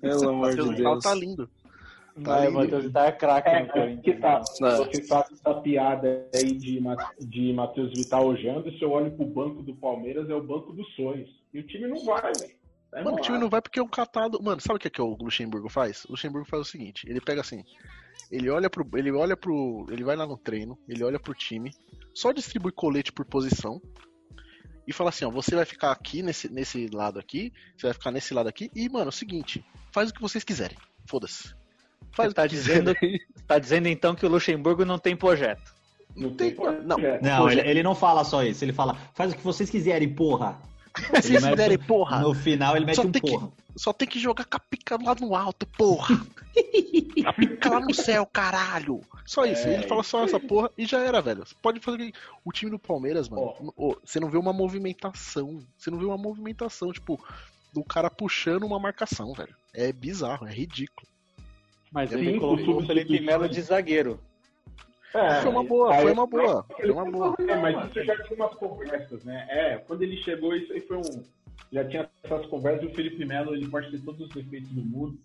Pelo amor de
Matheus Vital
Deus.
tá lindo.
Tá Vai, Matheus Vital é craque no Corinthians.
Que tá, você faz essa piada aí de, Ma- de Matheus Vital ou Janderson, eu olho pro banco do Palmeiras, é o banco dos sonhos. E o time não vai, velho. Tá
Mano, o time
enrolado.
não vai porque é um catado. Mano, sabe o que, é que o Luxemburgo faz? O Luxemburgo faz o seguinte: ele pega assim, ele olha pro. Ele olha pro. Ele vai lá no treino, ele olha pro time, só distribui colete por posição. E fala assim, ó, você vai ficar aqui nesse, nesse lado aqui, você vai ficar nesse lado aqui, e, mano, é o seguinte, faz o que vocês quiserem. Foda-se. Faz o
tá
que quiserem.
dizendo, tá dizendo então que o Luxemburgo não tem projeto.
Não tem
pro- não.
Não, ele, ele não fala só isso. Ele fala, faz o que vocês quiserem, porra.
vocês
Ele mete-
quiserem, porra.
No final ele mete
Só
um
tem que-
porra.
Só tem que jogar com a pica lá no alto, porra. A pica lá no céu, caralho. Só isso.
É,
ele fala só essa porra e já era, velho. Você pode fazer. o que- O time do Palmeiras, mano. ô, você não vê uma movimentação. Você não vê uma movimentação, tipo, do cara puxando uma marcação, velho. É bizarro, é ridículo.
Mas
Eu
ele
tenho
colocou o
dúvida
Felipe
Uhum.
Melo de zagueiro.
É,
Foi uma
mas-
boa,
aí-
foi uma boa, foi uma boa.
É, mas isso já tinha umas conversas, né? É, quando ele chegou, isso aí foi um. Já tinha essas conversas, o Felipe Melo ele pode ter todos os defeitos do mundo,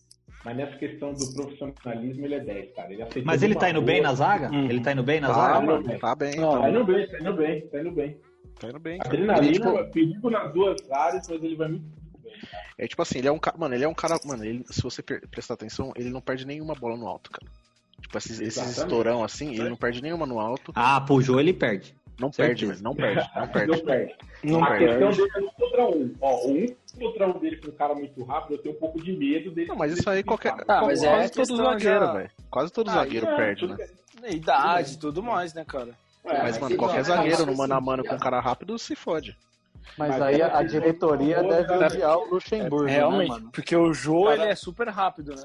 mas nessa questão do profissionalismo ele é 10, cara. Ele aceitou
Mas ele
uma
tá indo bem
boa.
na zaga? Ele tá indo bem na zaga?
tá bem.
Não, tá indo bem, tá indo bem, tá indo bem.
Tá indo bem.
Adrenalina, perigo nas duas áreas, mas ele vai muito.
É tipo assim, ele é um cara. Mano, ele é um cara. Mano, ele- se você pre- prestar atenção, ele não perde nenhuma bola no alto, cara. Tipo, esses, esses
Exatamente.
estourão assim, ele não perde nenhuma no alto.
Ah, pro Jô ele perde.
Não
Certeza.
perde, velho. Não perde, não perde.
Não perde.
Não
Ah,
a
perde.
então-
questão dele é um contra um. Ó, o um contra um dele com um cara muito rápido, eu tenho um pouco de medo dele.
Não, mas isso aí qualquer.
Ah, mas é
quase
a
todo
questão
zagueiro,
já-
velho. Quase todo
Ah,
zagueiro
é,
perde, né?
Idade, tudo mais, né, cara?
é,
mas, mano, qualquer zagueiro no mano a mano com um cara rápido se fode.
Mas,
assim, Mas
aí
é
a
que-
diretoria deve odiar o Luxemburgo,
É,
É,
Realmente,
né, mano?
porque o Jô,
Cara-
ele é super rápido, né?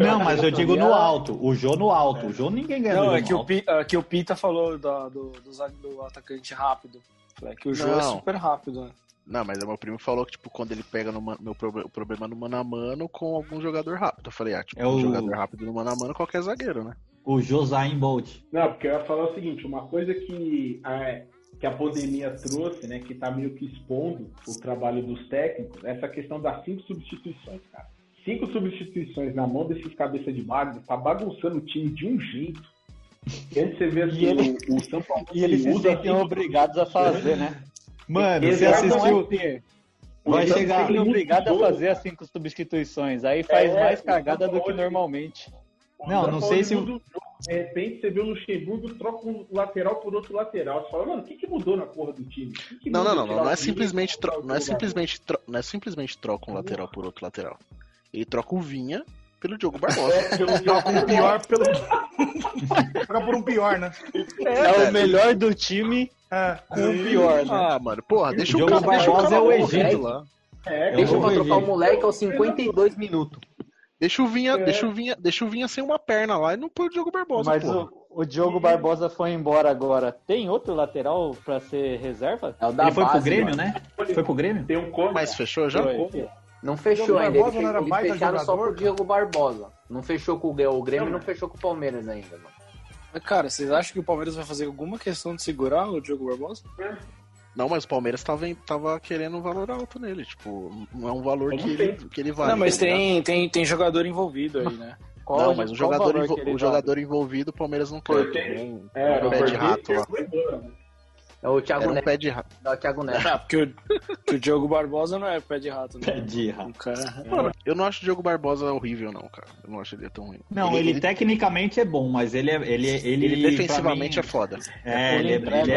Não, mas eu digo no alto. O Jô no alto. O Jô ninguém ganha.
Não,
do
é
Jô
que
no
o, Pi- é que o Pita falou da- do, do, zague- do atacante rápido. É que o jogo é
Não.
super rápido, né?
Não, mas meu primo falou que, tipo, quando ele pega no ma- meu proble- o problema no mano a mano com algum jogador rápido. Eu falei, ah, tipo,
É
um
o-
jogador rápido no mano a mano, qualquer zagueiro, né?
O Josain Bolt.
Não, porque eu ia falar o seguinte, uma coisa que a, que a pandemia trouxe, né, que tá meio que expondo o trabalho dos técnicos, é essa questão das cinco substituições, cara. Cinco substituições na mão desses cabeça de magro tá bagunçando o time de um jeito. E antes você vê assim,
E ele-
o, o São Paulo
E eles se
usa
sentem
cinco-
obrigados a fazer, né?
Mano,
Eles
você
não é
assistiu-
ter. Vai
Então,
chegar
tem muito
obrigado a
jogo.
fazer as cinco substituições. Aí faz
É,
mais
o
cagada
São
do que
Paulo-
normalmente.
o
Não,
São
não
Paulo
sei se o-
muda o tá jogo. De repente você vê o Luxemburgo troca um lateral por outro lateral. Você fala, mano, o que, que mudou na porra do time? O que que
Não, não,
muda
não, não,
tirar
não
o
é
time?
simplesmente tro... não é simplesmente tro... não é simplesmente troca um lateral por outro lateral. Ele troca o Vinha pelo Diogo Barbosa.
Troca um pior pelo. Troca por um pior, né? É.
É o melhor do time com o pior, né?
Ah, mano, porra, deixa o,
Diogo
cara, deixa o
Barbosa
cara
é o
morrer
Egito.
lá.
É,
Deixa
eu
pra
vou
trocar o
ver.
moleque aos 52 minutos.
Deixa o Vinha,
É.
deixa o Vinha, deixa o Vinha sem uma perna lá e não põe o Diogo Barbosa,
Mas
porra.
o, o Diogo Barbosa foi embora agora. Tem outro lateral pra ser reserva?
É o da Ele foi pro base, Grêmio, mano.
né?
Foi
pro Grêmio?
Tem um corte.
Mas fechou já?
Não fechou
Diogo
ainda. ele fe-
Barbosa não né? era
eles
baita
fecharam só
jogador,
com o Diego Barbosa. Não fechou com o Grêmio, o Grêmio não fechou com o Palmeiras ainda, mano.
Mas, cara, vocês acham que o Palmeiras vai fazer alguma questão de segurar o Diogo Barbosa?
Não, mas o Palmeiras tava, em- tava querendo um valor alto nele, tipo, não é um valor que ele, que ele vale.
não, mas
tá ligado?
tem, tem, tem jogador envolvido aí, né?
não, mas o jogador, envo- o jogador envolvido o Palmeiras não quer. Um,
É,
um
o
pé de
Cortez
rato lá.
É o Thiago
Era um
Neto.
pé de rato.
Não, o Thiago Neto.
Ah, porque o, que o Diogo Barbosa não é pé de rato, né? Pé
de rato.
Mano, eu não acho o Diogo Barbosa horrível, não, cara. Eu não acho ele tão ruim.
Não, ele, tecnicamente é bom, mas ele é. Ele, ele,
Ele
pra
defensivamente
mim,
é foda.
É, ele, é- ele é.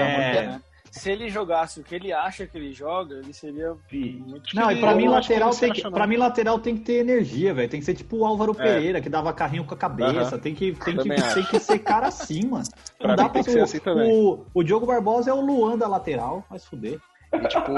né? Se ele jogasse o que ele acha que ele joga, ele seria muito
Não, e pra mim,
Eu acho que
lateral
ele
tem
se
que,
acha,
pra
não.
mim lateral tem que ter energia, velho. Tem que ser tipo o Álvaro
É.
Pereira, que dava carrinho com a cabeça.
Aham.
Tem, que, tem,
Também
que,
acho.
tem que ser cara assim, mano.
Pra
Não dá
mim
pra
tem que ser
o-
assim também.
O, o Diogo Barbosa é o Luan da lateral, vai se fuder.
E, tipo.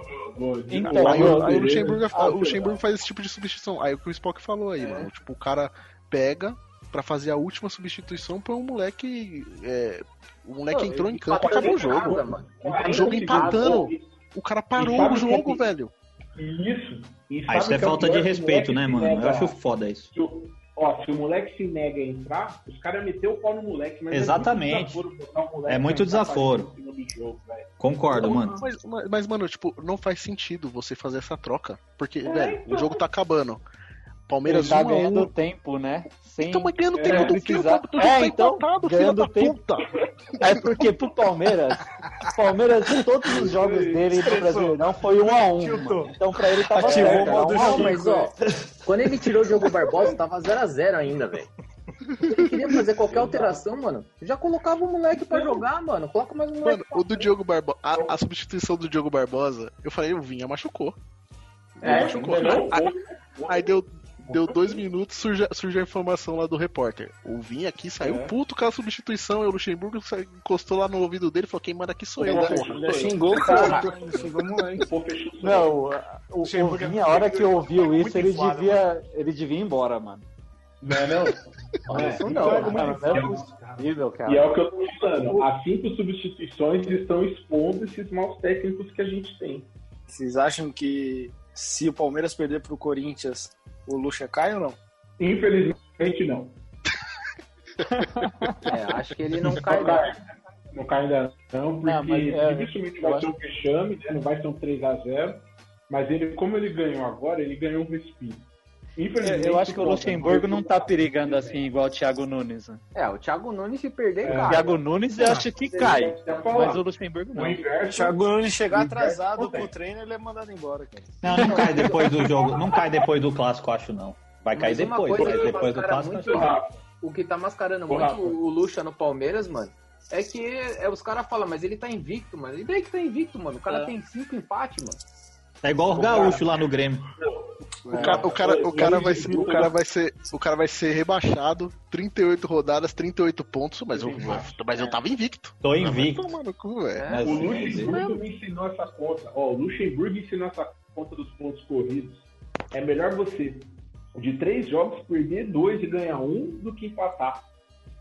É,
Então,
aí, o-
eu-
aí o Luxemburgo, é
eu-
o Luxemburgo faz esse tipo de substituição. Aí o que o Spock falou
É.
aí, mano. Tipo, o cara pega pra fazer a última substituição pra um moleque. é, o moleque
Pô,
entrou em
ele
campo e
empatou
acabou o
de nada,
jogo.
mano.
O jogo empatando. O cara
E
parou
sabe
o
o que
jogo,
é que-
velho.
Isso. E
Ah,
sabe
isso é
que o
falta de
pior? Se o
respeito, né,
moleque é
mano?
se
Eu
nega-
acho foda isso.
se o- Ó, se o moleque se nega a entrar, os caras meteu o pau no moleque. Mas
Exatamente.
É muito desaforo. botar o moleque
É muito
pra entrar
desaforo.
pra cima do jogo, velho.
Concordo,
Não,
mano.
Mas, mas- mas, mano, tipo, não faz sentido você fazer essa troca. Porque,
É,
velho,
então.
o jogo tá acabando. Palmeiras
Ele tá
1 a 1.
ganhando tempo, né? Sem...
Então, mas ganhando tempo do quê? O
precisar.
Papo do jogo
é,
tá
então,
empatado, filha
ganhando
da
tempo. É porque pro Palmeiras, o Palmeiras, todos os jogos dele do Brasileirão foi um a um. mano. Então pra ele tava
Ativou
certo,
o
era
modo
um a um,
Chico,
mas,
né?
ó,
Quando ele tirou o Diogo Barbosa, tava 0x0 ainda, velho. Ele queria fazer qualquer alteração, mano. Já colocava o moleque pra jogar, mano. Coloca mais um moleque.
Mano, o do Diogo Barbosa. A, a substituição do Diogo Barbosa, eu falei, o Vinha machucou. Ele
É,
machucou.
não,
Aí, aí deu, deu dois minutos, surge, surge a informação lá do repórter. O Vinha aqui saiu
É.
puto com a substituição, e o Luxemburgo sa- encostou lá no ouvido dele e falou: quem manda aqui sou eu, né?
Ele
porra.
ainda xingou o cara.
Xingou o moleque. é, Pô, fechou o
Não, o, o, o Vinha, a hora que ouviu isso, ele
inflado,
devia, ele devia ir embora, mano.
Não é não?
Olha, isso
É,
não,
então,
cara,
é
não é possível, cara.
E é o que eu tô falando. As cinco substituições estão expondo esses maus técnicos que a gente tem.
Vocês acham que se o Palmeiras perder pro Corinthians, o Lucha cai ou não?
Infelizmente não.
É, acho que ele não cai, não.
Não cai ainda não, porque
Não, mas, é,
dificilmente
eu
vai
acho-
ser um vexame, né? Não vai ser um 3x0. Mas ele, como ele ganhou agora, ele ganhou um respiro.
É, Eu,
Infelizmente,
eu acho que o
pô,
Luxemburgo não tá perigando assim igual o Thiago Nunes. né?
É, o Thiago Nunes se perder,
O
cara.
Thiago Nunes eu acho que cai, mas o Luxemburgo não.
O inverso.
Thiago Nunes chegar
o inverso
atrasado
acontece.
pro treino, ele é mandado embora, cara.
Não, não cai depois do jogo. Não cai depois do clássico, acho não. Vai cair
Mas uma
depois,
coisa
mas
que
depois do
mascara
clássico.
muito-
acho que não.
O que tá mascarando
Ô,
muito
Rafa.
o Lucha no Palmeiras, mano, é que é, os caras falam, mas ele tá invicto, mano. E daí que tá invicto, mano? O cara tem cinco empates, mano.
É igual o Gaúcho lá no Grêmio.
O cara, o cara, o cara vai ser, o cara vai ser, o cara vai ser rebaixado, 38 rodadas, 38 pontos, mas eu, mas eu tava invicto.
Tô invicto.
Vai tomar no cu, velho.
É,
O
Assim,
Luxemburgo me ensinou essa conta. Ó, o Luxemburgo ensinou essa conta dos pontos corridos. É melhor você, de três jogos, perder dois e ganhar um do que empatar.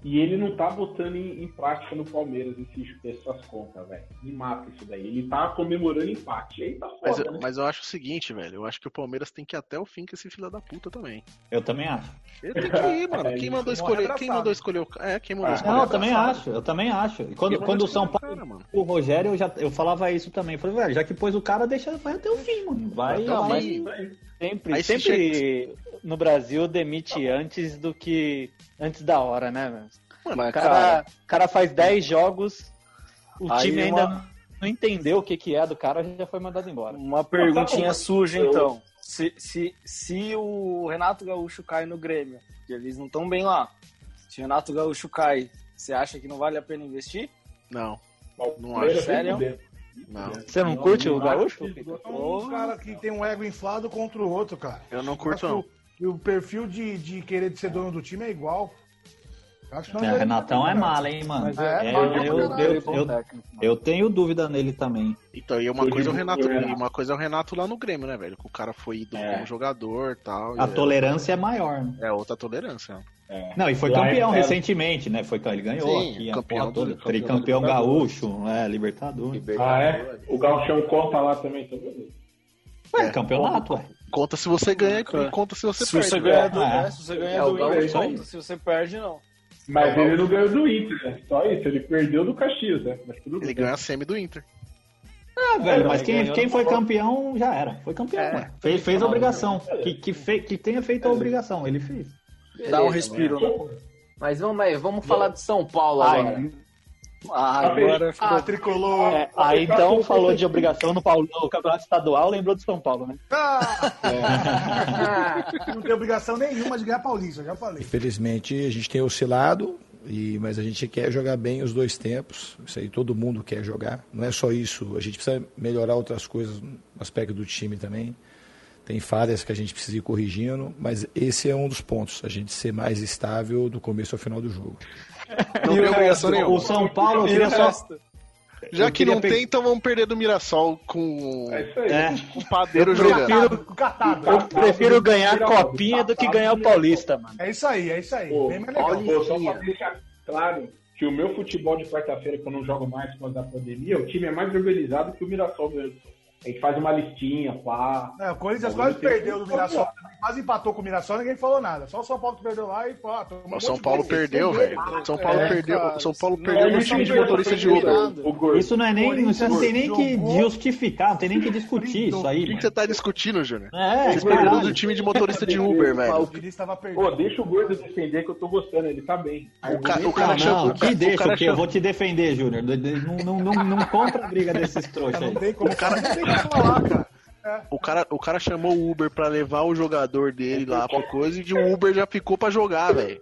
E ele não tá botando em, em prática no Palmeiras esse, essas contas, velho. Me mata isso daí. Ele tá comemorando empate. Aí tá foda,
Mas,
né?
eu- mas eu acho o seguinte, velho. Eu acho que o Palmeiras tem que ir até o fim com esse filho da puta também.
Eu também acho.
Ele tem que ir, mano.
É,
Quem
isso.
mandou
Morre
escolher, quem
abraçado.
mandou escolher o cara? É, quem mandou escolher
Não,
o
eu também
cara?
acho, eu também acho. E quando,
Eu
quando
vou
o São
escolher
Paulo.
o cara,
o Rogério, eu, já, eu falava isso também. Eu falei, velho, já que pôs o cara, deixa, vai até o fim, mano. Vai,
Não,
vai.
mas sempre,
Aí se
sempre no Brasil demite antes do que. antes da hora, né, velho?
Mano,
o cara, o cara faz 10 jogos, o
Aí
time
uma-
ainda não entendeu o que, que é do cara, já foi mandado embora.
Uma perguntinha suja, então. Se, se, se o Renato Gaúcho cai no Grêmio, que eles não estão bem lá, se o Renato Gaúcho cai, você acha que não vale a pena investir?
Não. Não
Palmeiras
acho.
Sério?
Não.
Você não curte o Gaúcho?
É um cara que tem um ego inflado contra o outro, cara.
Eu não curto,
Acho
não.
que o- E o perfil de, de querer de ser dono do time é igual. Acho que não
É,
adianta,
Renatão é
cara.
mala, hein, mano.
Mas
É, eu, eu, eu, eu, eu tenho dúvida nele também.
Então, e uma coisa, é o Renato, e uma coisa é o Renato lá no Grêmio, né, velho? Que o cara foi ídolo
É.
como jogador e tal.
A
e-
tolerância é maior. né?
É outra tolerância.
Não, e foi campeão recentemente, né? Foi, ele ganhou
Sim,
aqui,
campeão
campeão,
do-
toda,
campeão
tricampeão
da Libertadores.
gaúcho, né? Libertadores.
Ah, é? O Galchão conta lá também, então beleza.
É.
Ué, campeonato, ué.
Conta se você ganha e conta se você
se
perde.
você
né?
ganha do,
É.
é, se você ganha
É, o
do Inter,
Gaúcho
conta, se você perde, não.
Mas ele não ganhou do Inter, né? Só isso. Ele perdeu do Caxias, né? Mas tudo
Ele
bem.
ganhou a semi do Inter.
Ah, velho, mas
Ele
quem,
ganhou
quem
do
foi
Botafogo.
campeão já era. Foi campeão,
É.
ué. Fez, fez a obrigação. Que, que, fe- que tenha
É.
feito a obrigação, ele fez.
Dá um respiro, né? Mas vamos, aí, vamos falar de São Paulo
Ai, Ah,
agora.
agora
Ah,
ficou
tricolor.
É, aí então falou de obrigação no, Paulo, no campeonato estadual, lembrou de São Paulo, né?
Não tem obrigação nenhuma de ganhar paulista, eu já falei.
Infelizmente, a gente tem oscilado, e, mas a gente quer jogar bem os dois tempos. Isso aí todo mundo quer jogar. Não é só isso. A gente precisa melhorar outras coisas no aspecto do time também. Tem falhas que a gente precisa ir corrigindo, mas esse é um dos pontos. A gente ser mais estável do começo ao final do jogo.
Não tem obrigação nenhuma.
O São Paulo, eu
E
queria
o
só.
resto? Já
eu
que
queria
não
pe-
tem, então vamos perder do Mirassol com
É.
com o padeiro
Eu
jogando.
prefiro-
Eu prefiro ganhar a copinha do que ganhar o Paulista, mano.
É isso aí, é isso aí.
Pô,
Bem mais legal.
pô, só pra deixar claro que o meu futebol de quarta-feira, que eu não jogo mais por causa da pandemia, o time é mais organizado que o Mirassol mesmo. A gente faz uma listinha, pá.
É, o Corinthians quase perdeu do Mirassol, quase empatou com o Mirassol, ninguém falou nada. Só o São Paulo que perdeu lá e falou, ah, tomou um
O
monte
São
de
Paulo
gol.
perdeu, velho. São Paulo
É,
perdeu,
cara.
São Paulo
Não,
perdeu
um
ele
pro time de
perdeu,
motorista de
perdeu.
Uber.
Isso não é nem. Isso não tem nem que
Jogou.
justificar, não tem nem que discutir isso
O
aí.
que que você tá discutindo, Júnior?
É,
Vocês
caralho.
perderam do time de motorista de Uber,
O
velho.
Diniz estava
Pô, deixa o gordo defender que eu tô gostando, ele tá bem.
O ca-
Não,
o cara
não,
chama- o
que
ca- o
deixa,
cara
o quê? eu
chama-
vou te defender, Júnior. De- de- Não, não, não, não compra a briga
É
desses trouxas
um
aí.
O cara, o cara, o cara chamou o Uber pra levar o jogador dele lá pra coisa e de um Uber já ficou pra jogar, velho.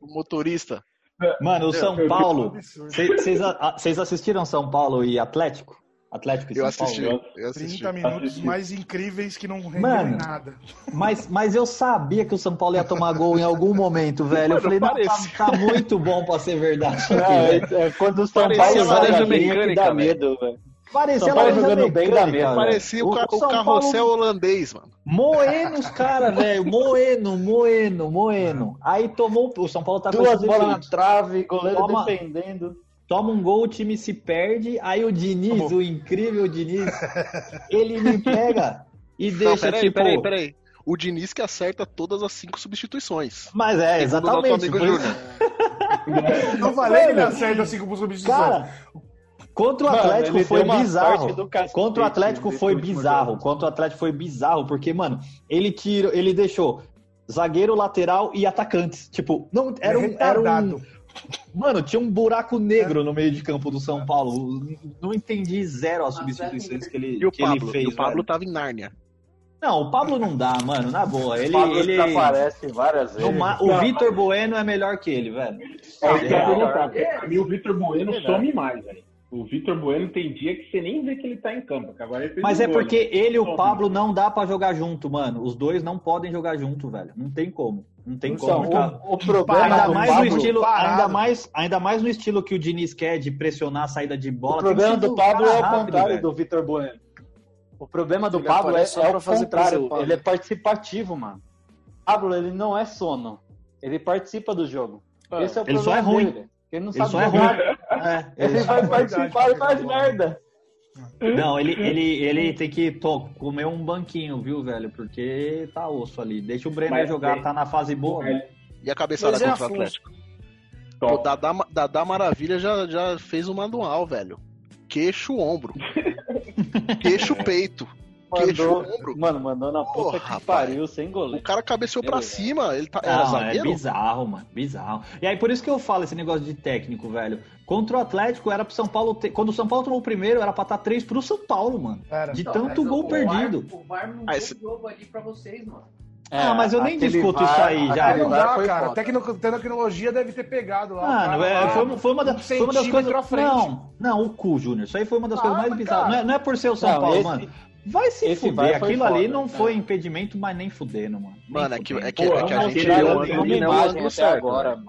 O motorista.
É,
Mano, o São
Meu,
Paulo.
que absurdo.
Vocês assistiram São Paulo e Atlético? Atlético e
Eu
São
assisti,
Paulo?
eu assisti.
30 minutos mais incríveis que não renderam
Mano,
nada.
Mas, mas eu sabia que o São Paulo ia tomar gol em algum momento, velho.
Mano,
Eu falei, não, tá,
parece.
tá muito bom pra ser verdade. isso aqui,
É,
velho.
é, quando o São
Parecia
Paulo
laranja
joga bem, é que
mecânica,
dá
velho.
medo, velho.
Parecia
São Paulo
laranja
jogando bem, dá
mecânica,
medo.
velho.
Parecia o, ca- o
É. São
carrossel
Paulo-
holandês, mano.
Moendo os caras, velho. Moendo, moendo, moendo. Aí tomou. O São Paulo tá com
Duas
esses
bolas na
efeitos.
trave, goleiro
Toma-
defendendo.
Toma um gol, o time se perde. Aí o Diniz, o incrível Diniz, ele me pega e deixa
Não, peraí,
tipo.
peraí, peraí. O Diniz que acerta todas as cinco substituições.
Mas é,
Segundo o nosso
exatamente, é
amigo
por isso-
Júnior.
Não falei que ele
Mano,
acerta assim com o substituição.
Cara, contra o
Mano,
Atlético
ele
foi
deu uma
bizarro.
sorte do cacete
Contra o Atlético
nesse
foi
último
bizarro.
jogo.
Contra o Atlético foi bizarro, porque, mano, ele tirou, ele deixou zagueiro, lateral e atacantes. Tipo, não, era um, era um.
Retardado.
Mano, tinha um buraco negro
É.
no meio de campo do São Paulo. Não entendi zero
é
as substituições que ele,
E o
que ele
Pablo?
fez.
E o Pablo
velho.
tava em Nárnia.
Não, o Pablo não dá, mano, na boa. Ele,
Pablo
ele...
aparece várias vezes.
O, Ma- o Vitor Bueno é melhor que ele, velho.
Eu
Ele é
quero
melhor.
perguntar, porque pra mim o Vitor Bueno
Melhor.
some mais, velho. O Vitor Bueno tem dia que você nem vê que ele tá em campo. que agora ele fez
Mas
um
é
gol,
porque
né?
ele e o
Some.
Pablo não dá pra jogar junto, mano. Os dois não podem jogar junto, velho. Não tem como. Não tem
Então,
como. cara.
o, o problema
ainda
do
mais
Pablo,
no estilo,
Parado.
ainda mais, ainda mais no estilo que o Diniz quer de pressionar a saída de bola.
o
Tem que
problema
ser
do
um
Pablo
cara
é o
rápido,
contrário
velho.
do Vitor Bueno. O problema do
Ele
Pablo é,
aparece só
é
pra
o
fazer
contrário.
pressão, Pablo.
Ele é participativo, mano. Pablo, ele não é sono. Ele participa do jogo.
Esse é o ele só é ruim.
dele. Ele não
Ele
sabe
só é ruim.
jogar.
É,
Ele vai participar e faz
merda. Não, ele, ele, ele tem que to- comer um banquinho, viu, velho? Porque tá osso ali. Deixa o Brenner
Mas
jogar,
tem-
tá na fase boa. né?
E a cabeçada
Mas é
contra o
Afonso.
um Atlético.
Então,
O Dadá, Dadá Maravilha já, já fez um manual, velho. Queixo, ombro. Queixo, peito. Queixo,
Mandou,
ombro.
mano, mandou na puta que pariu, sem goleiro.
O cara cabeceou pra cima. Ele tá, era
Não, é
zagueiro?
bizarro, mano. Bizarro. E aí, por isso que eu falo esse negócio de técnico, velho. Contra o Atlético, era pro São Paulo. ter- Quando o São Paulo tomou o primeiro, era pra estar três pro São Paulo, mano. De
Então,
tanto gol perdido.
O VAR não
Ah,
deu
esse-
jogo ali pra vocês, mano.
ah,
É,
mas eu nem discuto isso aí já. é.
Não dá, cara. Tecno- tecnologia deve ter pegado lá.
Mano,
cara,
é,
lá,
foi, uma- foi uma da-
um
foi uma das coisas.
centímetro à frente.
Não, não, o cu, Júnior. Isso aí foi uma das
Ah,
coisas mais
mas,
bizarras. Não
cara.
é, não é por ser o São
Não,
Paulo,
esse-
mano. Vai se
esse
fuder.
vai foi
Aquilo ali
foda,
não
cara.
foi impedimento, mas nem fudendo, mano. Nem
Mano, é que,
fudendo.
é que, é que a gente vê o ângulo, não o ângulo certo. né?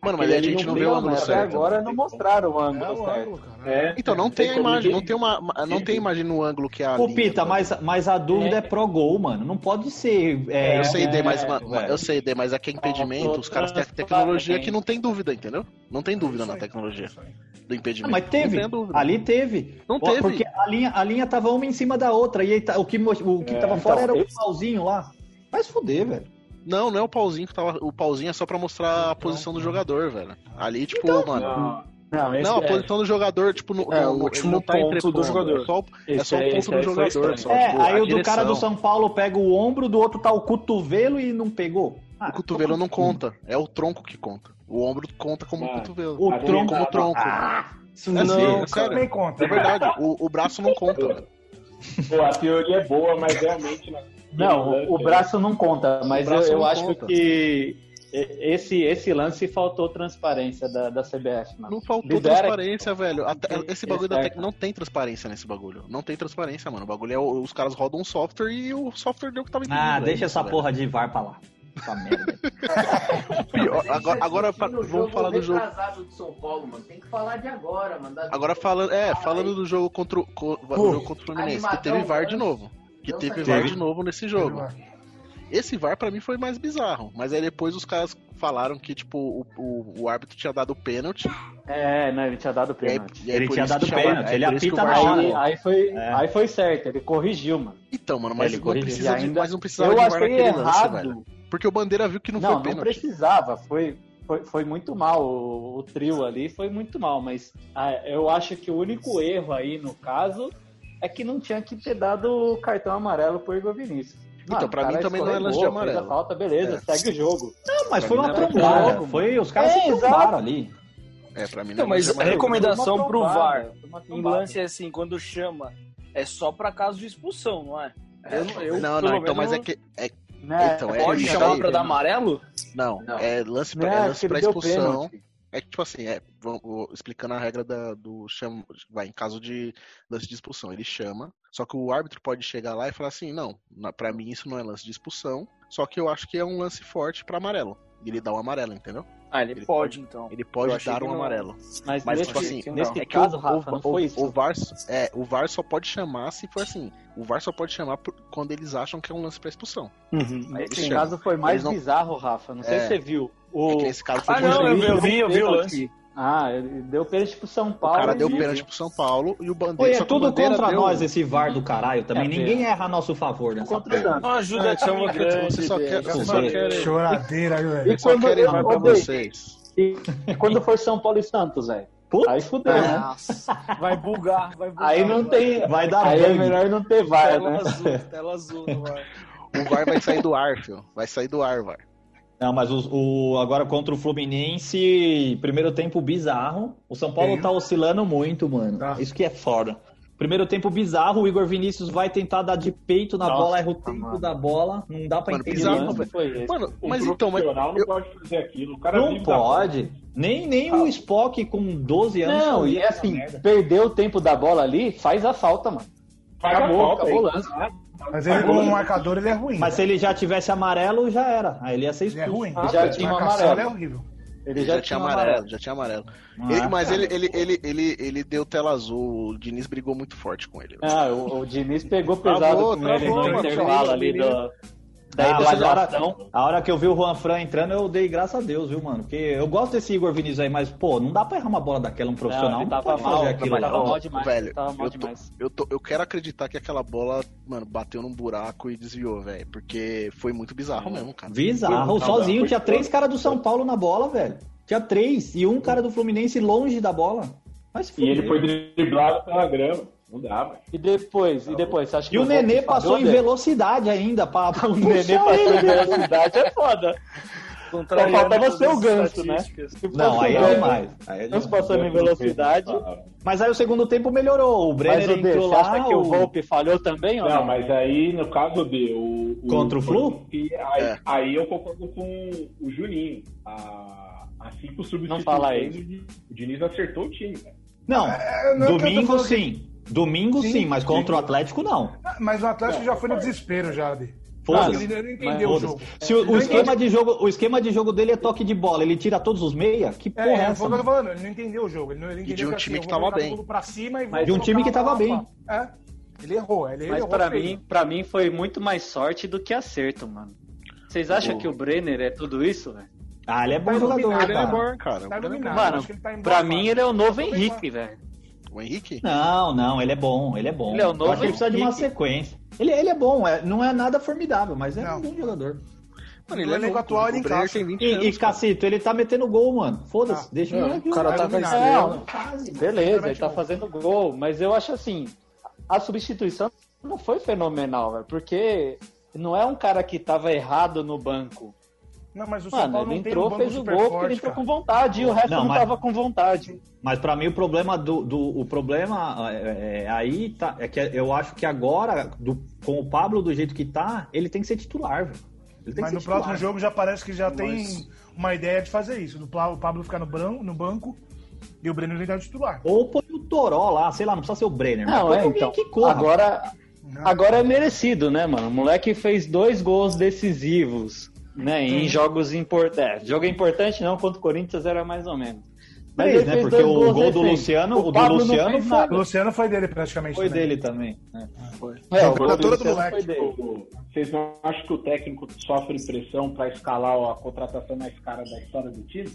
Mano, mas
Aquele
a gente
ali
não vê o ângulo
até
certo.
agora não mostraram
É um
o ângulo, certo.
É,
Então, não tem a
como ninguém-
imagem, não tem, uma, não tem imagem no ângulo que é a
Pô,
linha.
Pita, mas, mas a dúvida é, pro gol, mano. Não pode ser. é,
né? eu sei,
é,
Dê, mas, ma-
velho.
ma- eu sei, Dê, mas é que é impedimento, os caras têm tecnologia que não tem dúvida, entendeu? Não tem dúvida na tecnologia do
Ah,
impedimento.
mas teve.
Não tem dúvida.
Ali teve.
Não
Ó,
teve.
Porque a linha, a linha tava uma em cima da outra. E aí tá- o que, mo- o que
É,
tava fora era
então,
o
esse-
pauzinho lá. Vai se fuder, velho.
Não, não é o pauzinho que tava. O pauzinho é só pra mostrar a posição do jogador, velho. Ali, tipo, mano. Não.
Não, esse
a
é-
posição do jogador, tipo, no,
É,
no-
o
ele
último
não tá
ponto do
entrepondo,
jogador.
É só, é
Esse
só o
aí-
ponto
esse
do
aí foi
jogador.
estranho.
só,
é,
tipo,
aí
a
o do cara
direção.
do São Paulo pega o ombro, do outro tá o cotovelo e não pegou. Ah,
O cotovelo não conta, é o tronco que conta. O ombro conta como cotovelo.
O
Como
tronco-
como tronco.
Ah,
É
não,
sério,
cara.
sério.
Também conta.
É verdade, o, o braço não conta. velho.
Pô, a teoria é boa, mas realmente né, não.
Não, o- o braço não conta, mas
O
eu,
braço
eu
não
acho
conta.
que e- esse, esse lance faltou transparência da, da CBF, mano.
Não faltou transparência, velho. Até- esse bagulho da tec... não tem transparência nesse bagulho. Não tem transparência, mano. O bagulho é o- os caras rodam um software e o software deu o que tava impedido,
Ah,
velho.
deixa essa
Isso,
porra de VAR pra lá. Essa merda.
velho. Pior- Agora, agora pra-
No
vamos falar do jogo.
retrasado do São Paulo, mano. Tem que falar de agora, mano. Da-
Agora falando, é, falando do jogo contra o, co- o jogo contra o Fluminense, que
Animadão,
teve VAR de
mano.
novo. Que
Não
teve
saiu.
VAR
Teve.
de novo nesse jogo. Esse VAR pra mim foi mais bizarro, mas aí depois os caras falaram que tipo o, o, o árbitro tinha dado pênalti.
É, não, ele tinha dado pênalti.
e aí Ele por tinha isso dado que chama- pênalti, é ele por isso que apita o na VAR hora.
aí,
chamou.
aí foi, aí foi certo, ele corrigiu, mano.
Então, mano,
É, Ele
mas, não,
corrigiu,
precisa de,
ainda-
mas não precisava
Eu
de VAR
achei
naquele lance,
errado.
velho. Porque o Bandeira viu que não,
Não,
foi
não
pênalti.
precisava. Foi, foi, foi muito mal. O, o trio ali foi muito mal. Mas ah, eu acho que o único erro aí, no caso, é que não tinha que ter dado o cartão amarelo pro Igor Vinícius.
Então, pra
o
mim
cara
também não é
escorregou,
lance de amarelo.
Fez a falta, beleza,
É.
segue o jogo.
Não, mas
Pra
foi
mim
uma
não é
trombada.
jogo,
Foi,
mano.
os caras
É,
se trombaram
exato.
ali.
É, pra
Então,
mim
Então,
mas
mas
a
a recomendação
recomendação pro
pro
VAR,
VAR em lance é assim, quando chama, é só pra caso de expulsão, não é?
não, não, então, mas é que. É,
Né?
então, é
Pode
isso
chamar
aí.
pra dar amarelo?
Não,
Não.
é lance
Né,
pra, é
porque
lance
ele
pra
deu
expulsão.
pênalti.
É que, tipo assim, é, vamos- vou explicando a regra da- do chama, vai, em caso de lance de expulsão, ele chama, só que o árbitro pode chegar lá e falar assim, não, na- pra mim isso não é lance de expulsão, só que eu acho que é um lance forte pra amarelo. E ele dá um amarelo, entendeu?
Ah, ele, pode, então.
Ele
Eu
pode
achei
dar
que
um
não.
amarelo.
Mas
nesse-
tipo assim,
nesse
é que
caso,
o,
Rafa, não
o-
foi isso?
o VAR, é, o VAR só pode chamar se for assim. O VAR só pode chamar por- quando eles acham que é um lance pra expulsão. Aí eles
Esse
chamam.
caso foi mais
Eles não-
bizarro, Rafa. Não sei
É.
se você viu.
É que nesse caso foi
Ah,
de um
não, eu
juiz.
vi, eu vi, eu vi o lance. Ah, ele deu pênalti pro São
O
Paulo.
cara deu
e-
pênalti pro São Paulo e o Bandeira.
Foi, é
só que o
tudo
Bandeira
contra
deu-
nós esse VAR do caralho também.
É,
Ninguém erra a nosso favor nessa
É.
porra.
Não ajuda a time É, grande, você só quer- você só quer-
é Choradeira, velho.
E quando,
quero ir mais pra
Ô, Dei,
vocês.
E, e quando for São Paulo e Santos, velho? Aí fudeu,
é.
né?
Vai bugar, vai bugar.
Aí não tem.
Vai dar
Aí é
bug.
melhor não ter VAR,
Tela
né?
azul, tela azul no VAR.
O VAR vai sair do ar, filho. Vai sair do ar, VAR.
Não, mas o, o- agora contra o Fluminense, primeiro tempo bizarro. O São Paulo tá oscilando muito, mano.
Tá.
Isso que é foda. Primeiro tempo bizarro, o Igor Vinícius vai tentar dar de peito na
Nossa,
bola, erra o tempo da bola, não dá pra
Mano,
entender.
bizarro,
nada.
velho.
Mano,
O
mas então, mas
profissional não pode fazer aquilo. O cara
não
vive da bola.
pode. Nem, nem o Spock com 12 anos.
Não,
fazia
e
né? essa
assim,
merda.
perdeu o tempo da bola ali, faz a falta, mano.
Faz a
acabou,
falta, é
acabou o
aí.
lance.
Mas ele, como marcador, ele é ruim.
Mas se ele já tivesse amarelo, já era. Aí ele ia ser expulso.
é ruim.
rápido.
Já tinha um Marcação, amarelo. ele é horrível.
Ele já, tinha amarelo, já tinha amarelo. Ele-
Ah,
mas
tá.
cara.
ele, ele, ele, ele, ele deu tela azul. O Diniz brigou muito forte com ele.
Ah, o, o Diniz pegou pesado
Travou,
com ele
travou,
no
mano,
intervalo
travou,
ali
Diniz.
do.
Daí,
Ah,
dessa-
mas
a, hora,
então-
a hora que eu vi o Juan Fran entrando, eu dei graças a Deus, viu, mano? Porque eu gosto desse Igor Vinícius aí, mas, pô, não dá pra errar uma bola daquela, um profissional. Não,
ele tava
pode
mal,
fazer aquilo.
tava
não.
mal demais,
velho.
tava mal
eu, tô-
demais.
eu tô- eu quero acreditar que aquela bola, mano, bateu num buraco e desviou, velho. Porque foi muito bizarro mesmo, cara.
Bizarro,
Foi-
sozinho.
foi-
Tinha três caras do São Paulo na bola, velho. Tinha três e um cara do Fluminense longe da bola. Mas
E ele foi driblado pela grama. Não dá, velho.
E depois, e depois, você acha que
E o Nenê
Volpi
passou
falhou,
em
Dé?
velocidade ainda. Pra, pra
O Nenê passou em velocidade, é foda. Só faltava ser o ganso, né? Se
Não,
fosse
aí
o
é
Ganso,
demais. Aí é demais.
Ganso passando em velocidade.
Mas aí o segundo tempo melhorou. O Brenner
Mas o Dê,
entrou
você
lá.
acha que o Volpi falhou também ou
Não,
não?
mas aí, no caso de o, o-
Contra o Flu?
E aí,
É.
aí eu concordo com o Juninho. A, a cinco substituições.
fala
O Diniz acertou o time, velho.
Não,
não é que eu tô
domingo
falando que-
sim. Domingo sim,
Sim.
mas contra o Atlético não.
Mas o Atlético já foi no desespero, já, Abi.
Foda-se.
Ele não
Mas
entendeu o
foda-se.
jogo.
Se o,
Ele
o
não
esquema
entendeu-
de jogo, o esquema de jogo dele é toque de bola, ele tira todos os meia? Que porra é,
É, é,
essa?
foi o que eu
mano?
tô falando, ele não entendeu o jogo. Ele não, ele entendeu assim,
de um time
eu
que
vou
tava
jogar
bem.
todo mundo Pra cima e vou
Mas de um time que
colocar
tava
lá, lá, lá. É, ele errou, ele
Mas
errou.
pra
feio.
mim, pra mim foi muito mais sorte do que acerto, mano. Vocês acham
Pô.
que o Brenner é tudo isso, velho?
Ah, ele é bom jogador,
iluminado,
cara.
ele é bom,
cara.
Tá iluminado,
Mano,
acho que ele tá em
pra
boa
mim
fase.
ele é o novo
Tá bem
Henrique, velho.
O Henrique?
Não, não, ele é bom, ele é bom.
Ele é o
Eu
novo
acho que ele precisa de uma
Henrique.
sequência. Ele, ele é bom, é- não é nada formidável, mas é um bom jogador.
Mano, ele é elenco louco, atual, o ele Brenner encaixa. tem 20
e,
anos,
e Cacito, ele tá metendo gol, mano. Foda-se,
Ah,
deixa É,
não,
eu ver aqui,
o cara tá com
Não,
a estrela. Beleza, ele tá fazendo gol, mas eu acho assim, a substituição não foi fenomenal, velho, porque não é um cara que tava errado no banco.
Não, mas o São
Mano,
Paulo
ele
não tem um
entrou,
banco
fez o
super
gol, porque
forte,
ele entrou
cara.
com vontade, e o resto
Não,
não,
mas-
tava com vontade.
Mas pra mim o problema do, do- o problema é, é, aí tá, é que eu acho que agora do- com o Pablo do jeito que tá, ele tem que ser titular, velho. Ele tem que
Mas
ser
no
titular.
próximo jogo já parece que já tem
Mas-
uma ideia de fazer isso. Do Pla- o Pablo ficar no, bran- no banco e o Breno ligar o titular.
Ou põe o Toró lá, sei lá, não precisa ser o Brenner. mas
Não,
põe
é,
alguém
então.
que corra.
Agora, agora é merecido, né, mano? O moleque fez dois gols decisivos, né? Em jogos importantes. Jogo importante não, contra o Corinthians era mais ou menos.
Três,
ele
né,
fez
porque
dois
o
gols
gol do
recentes.
Luciano- o do
Pablo não
Luciano
fez
foi-
nada.
O Luciano foi dele, praticamente.
Foi
também.
dele também. né?
É, o
Tá todo
Vocês-
moleque.
tipo, Vocês não acham que o técnico sofre pressão pra escalar a contratação mais cara da história do time?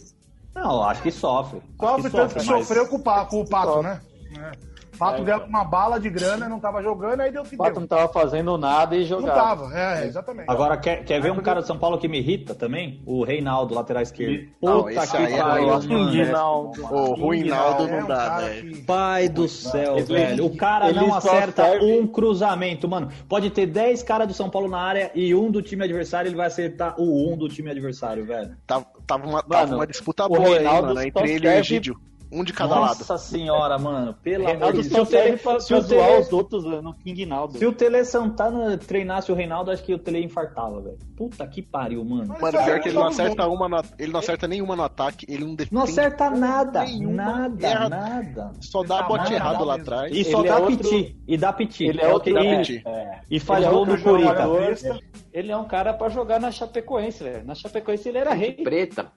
Não, acho que sofre. Acho
Sofre tanto que
mas-
sofreu com o Pato, com o Pato né? É. Pato ganhou uma bala de grana, não tava jogando, aí deu o que
O Pato
deu.
não tava fazendo nada e
Não
jogava.
tava, é, exatamente.
Agora, quer, quer ver um cara de São Paulo que me irrita também? O Reinaldo, lateral esquerdo.
Não,
Puta
esse
que
aí é
pariu,
ruim,
mano.
né?
Reinaldo. Ô, Ruinaldo
É
não
um
dá, né?
cara
velho.
Pai do céu,
Ele-
velho. O cara
ele
não
só
acerta
serve-
um cruzamento, mano. Pode ter 10 caras do São Paulo na área e um do time adversário, ele vai acertar o um do time adversário, velho.
Tava, uma, tava uma disputa boa aí, mano, entre ele e o Egídio. Um de cada
Nossa
lado.
senhora, mano. Pelo amor
Reinaldo
de
só
Deus. Se o
serve
Tele-
pra,
se
pra
o
zoar
Tele-
os outros né, no King Naldo.
se o Tele Santana treinasse o Reinaldo, acho que o Tele infartava, velho. Puta que pariu, mano.
Mano, pior que ele não acerta uma no, ele não acerta nenhuma no ataque, ele não defende.
Não acerta nada,
nenhuma,
nada,
erra-
nada.
Só dá
Tá
bote
mal,
errado
tá
lá
mesmo.
atrás.
E só
Ele
dá
é outro-
piti. E dá piti.
Ele é
o
outro
que
da
dá
piti.
piti. E
Ele é
falhou
outro
no Corinthians.
então,
jogador, Ele é um cara pra jogar na Chapecoense, velho. Na Chapecoense ele era rei.
Preta.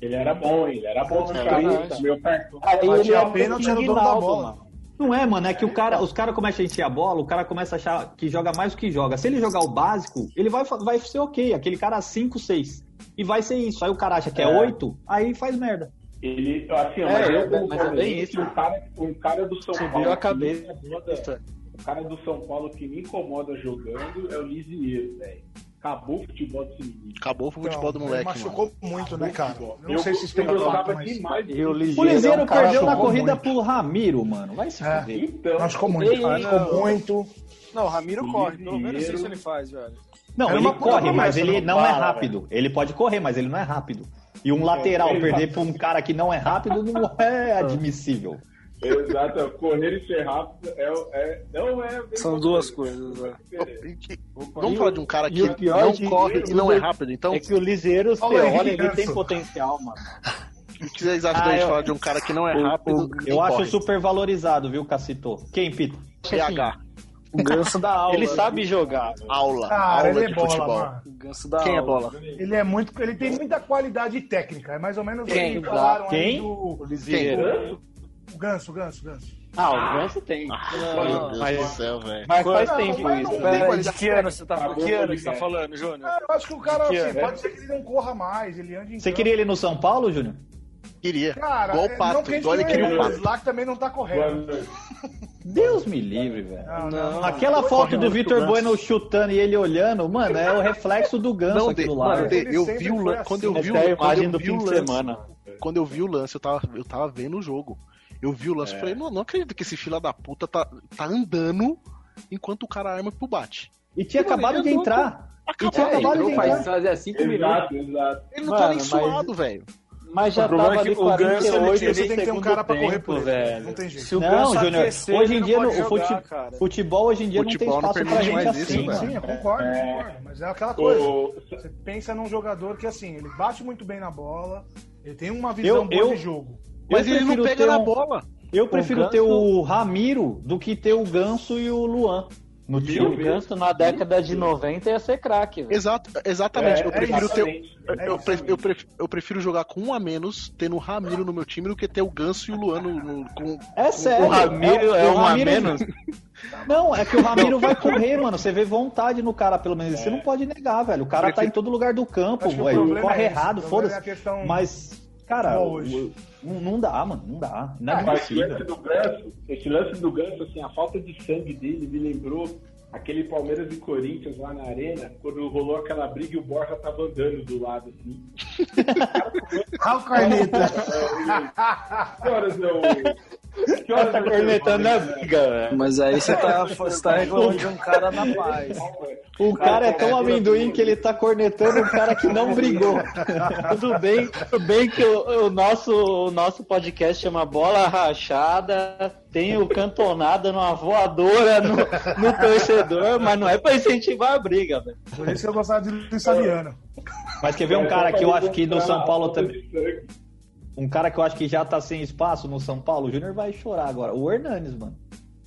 Ele era bom, ele era bom,
É
Era
cara.
preta.
Meu cartão.
Aí ele
Batia
é
a pênalti, era o dono da
Ronaldo,
bola.
Não é, mano. É que o cara, os caras começam a encher a bola, o cara começa a achar que joga mais do que joga. Se ele jogar o básico, ele vai, fa- vai ser ok. Aquele cara 5, 6. E vai ser isso. Aí o cara acha que é
É.
8, aí faz merda.
Ele, assim, ó,
É,
mas eu,
mas-
como
mas é bem
palmeirense,
isso.
Um cara, um cara do São
Subiu
Paulo.
a
que
cabeça.
me incomoda- O cara do São Paulo que me incomoda jogando é o Lisineiro, velho. Acabou o futebol desse menino.
Acabou o futebol do
Então, Ele
moleque, mano.
machucou muito, né, cara? Eu não
Eu-
sei se isso
eu
tem impacto,
gostava
mas...
demais
E o
O
Ligeiro
Liseiro
é um cara
perdeu na
jogou
corrida
muito.
pro Ramiro, mano. Vai se
É.
fuder.
Machucou muito,
Ei,
cara.
não.
Machucou muito.
Não, o Ramiro corre. Pelo menos
Dinheiro.
isso ele faz, velho.
Não,
Era
ele
uma puta
corre,
promessa,
mas ele
não
não, é
para,
rápido. Ele pode correr, mas ele não é rápido. E um lateral
ele
perder
tá-
pra um cara que não é rápido não é admissível.
Exato, é correr e ser rápido é, é, não é. a mesma
São duas coisas, velho.
Vamos
E
falar
o-
de um cara que
e o pior
não
de-
corre e não é
Liseiro-
rápido, então?
É que o Liseiro, você
Olha aí,
olha, ele
criança.
tem potencial, mano.
O que vocês acham da
Ah,
gente
eu-
falar de um cara que não é rápido? nem
Eu acho
corre?
super valorizado, viu, Cacito? Quem, Pito?
PH.
O ganso da aula.
Ele sabe jogar.
Aula.
Cara,
aula
ele
de
é bola,
futebol.
mano.
O ganso da
Quem é
aula.
bola?
Ele é muito. Ele tem muita qualidade técnica. É mais ou menos o
Quem?
que falaram aí
Quem?
do.
O Liseiro.
O Ganso, o Ganso, o Ganso.
Ah, o Ganso tem.
Meu Deus do céu, velho.
Mas
Quando-
faz tempo
mas não
isso.
tem
Pera, de
qualidade
que ano você tá,
técnica.
de que ano você tá
Acabou,
falando, Júnior?
Cara, Ah, eu acho que o cara,
Que
assim,
ano?
pode ser que ele não corra mais, ele ande em
Você
campo.
queria ele no São Paulo, Júnior?
Queria.
Cara, é, não que a gente tenha
um
errado, mas lá que também não tá correto.
É,
Deus me livre, velho.
Não, não.
Aquela foto do
Correndo
Vitor
pro
Bueno chutando e ele olhando, mano, é o reflexo do Ganso
Não,
aquilo
de-
lá.
mano,
velho.
de- eu vi o
assim.
lance. Quando eu vi o
Essa é a
quando
imagem
eu
do
vi o
fim de
lance-
semana.
Quando eu vi o lance, eu tava, eu tava vendo o jogo. Eu vi o lance e
É.
falei, não, não acredito que esse fila da puta tá, tá andando enquanto o cara arma pro bate. Então,
E tinha acabado de entrar. E tinha acabado de entrar.
fazia cinco
Exato,
minutos.
exato.
Ele não tá nem suado, velho.
Mas já
O problema
tava
é que
ali
o Ganso, ele-
48
ele tem que ter um
segundo
cara pra
tempo,
correr por ele.
velho.
Não tem
jeito.
Se o não, Júnior, hoje em dia no, o fute- futebol hoje em dia
Futebol
não
não
tem espaço
permite
pra gente
mais
assim,
isso,
mano.
é Sim, eu concordo,
É.
concordo. Mas é aquela
O-
coisa. Você pensa num jogador que, assim, ele bate muito bem na bola, ele tem uma visão
Eu-
boa
eu-
de jogo.
Mas ele não prefiro pega ter na um- bola. Eu
O
prefiro
Ganso-
ter o Ramiro do que ter o Ganso e o Luan no
E o
time.
Ganso na década de 90 ia ser craque, velho.
Exato, exatamente.
É,
eu
é
prefiro ter.
exatamente.
eu- eu, pref- eu pref- eu prefiro jogar com um a menos, tendo o Ramiro no meu time, do que ter o Ganso e o Luan no, no- com.
É sério. É
é um
o Ramiro- Não, é que o Ramiro vai correr, mano. Você vê vontade no cara, pelo menos. Você não pode negar, velho. O cara tá em todo lugar do campo,
Acho que o
velho.
problema
Corre
é esse.
errado,
O problema é a
foda-se.
questão
Mas, cara,
futebol
o-
hoje.
não, não dá, mano. Não dá. Não é
Ah, mas esse
possível.
lance do Ganso, esse lance do Ganso, assim, a falta de sangue dele me lembrou aquele Palmeiras e Corinthians lá na arena, quando rolou aquela briga e o Borja tava andando do lado, assim.
Olha o corneta.
Que horas eu... Que horas é
Tá
eu-
cornetando
né?
a
Tá
briga, velho.
Mas aí você tá, você tá reclamando de um cara na paz.
O cara é tão amendoim que ele tá cornetando um cara que não brigou.
tudo bem, tudo bem que o, o nosso, o nosso podcast chama Bola Rachada, tem o cantonada numa voadora no, no torcedor, mas não é pra incentivar a briga, velho.
Por isso que eu gostava de Luiz Fabiano.
Mas quer ver um cara que eu acho que no São Paulo também. Um cara que eu acho que já tá sem espaço no São Paulo, o Júnior vai chorar agora. O Hernanes, mano.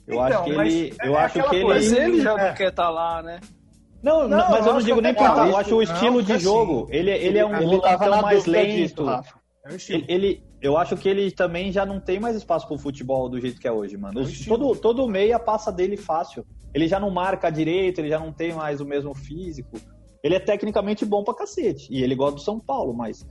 Eu
Então,
acho que
mas
ele.
é
Eu acho
aquela
que ele.
coisa, Mas ele
É.
já não quer
tá
estar lá, né?
Não,
Não,
não, mas eu não
acho
digo
que
nem
é
por tá. Eu
isso.
acho o
Não,
estilo
é
de
assim.
jogo. Ele, ele é um
Ele tava na
volantão mais
dúvida
lento.
disso, Rafa.
ele, ele- eu acho que ele também já não tem mais espaço pro futebol do jeito que é hoje, mano. Os- todo, todo meia passa dele fácil. Ele já não marca direito, ele já não tem mais o mesmo físico. Ele é tecnicamente bom pra cacete. E ele gosta do São Paulo, mas.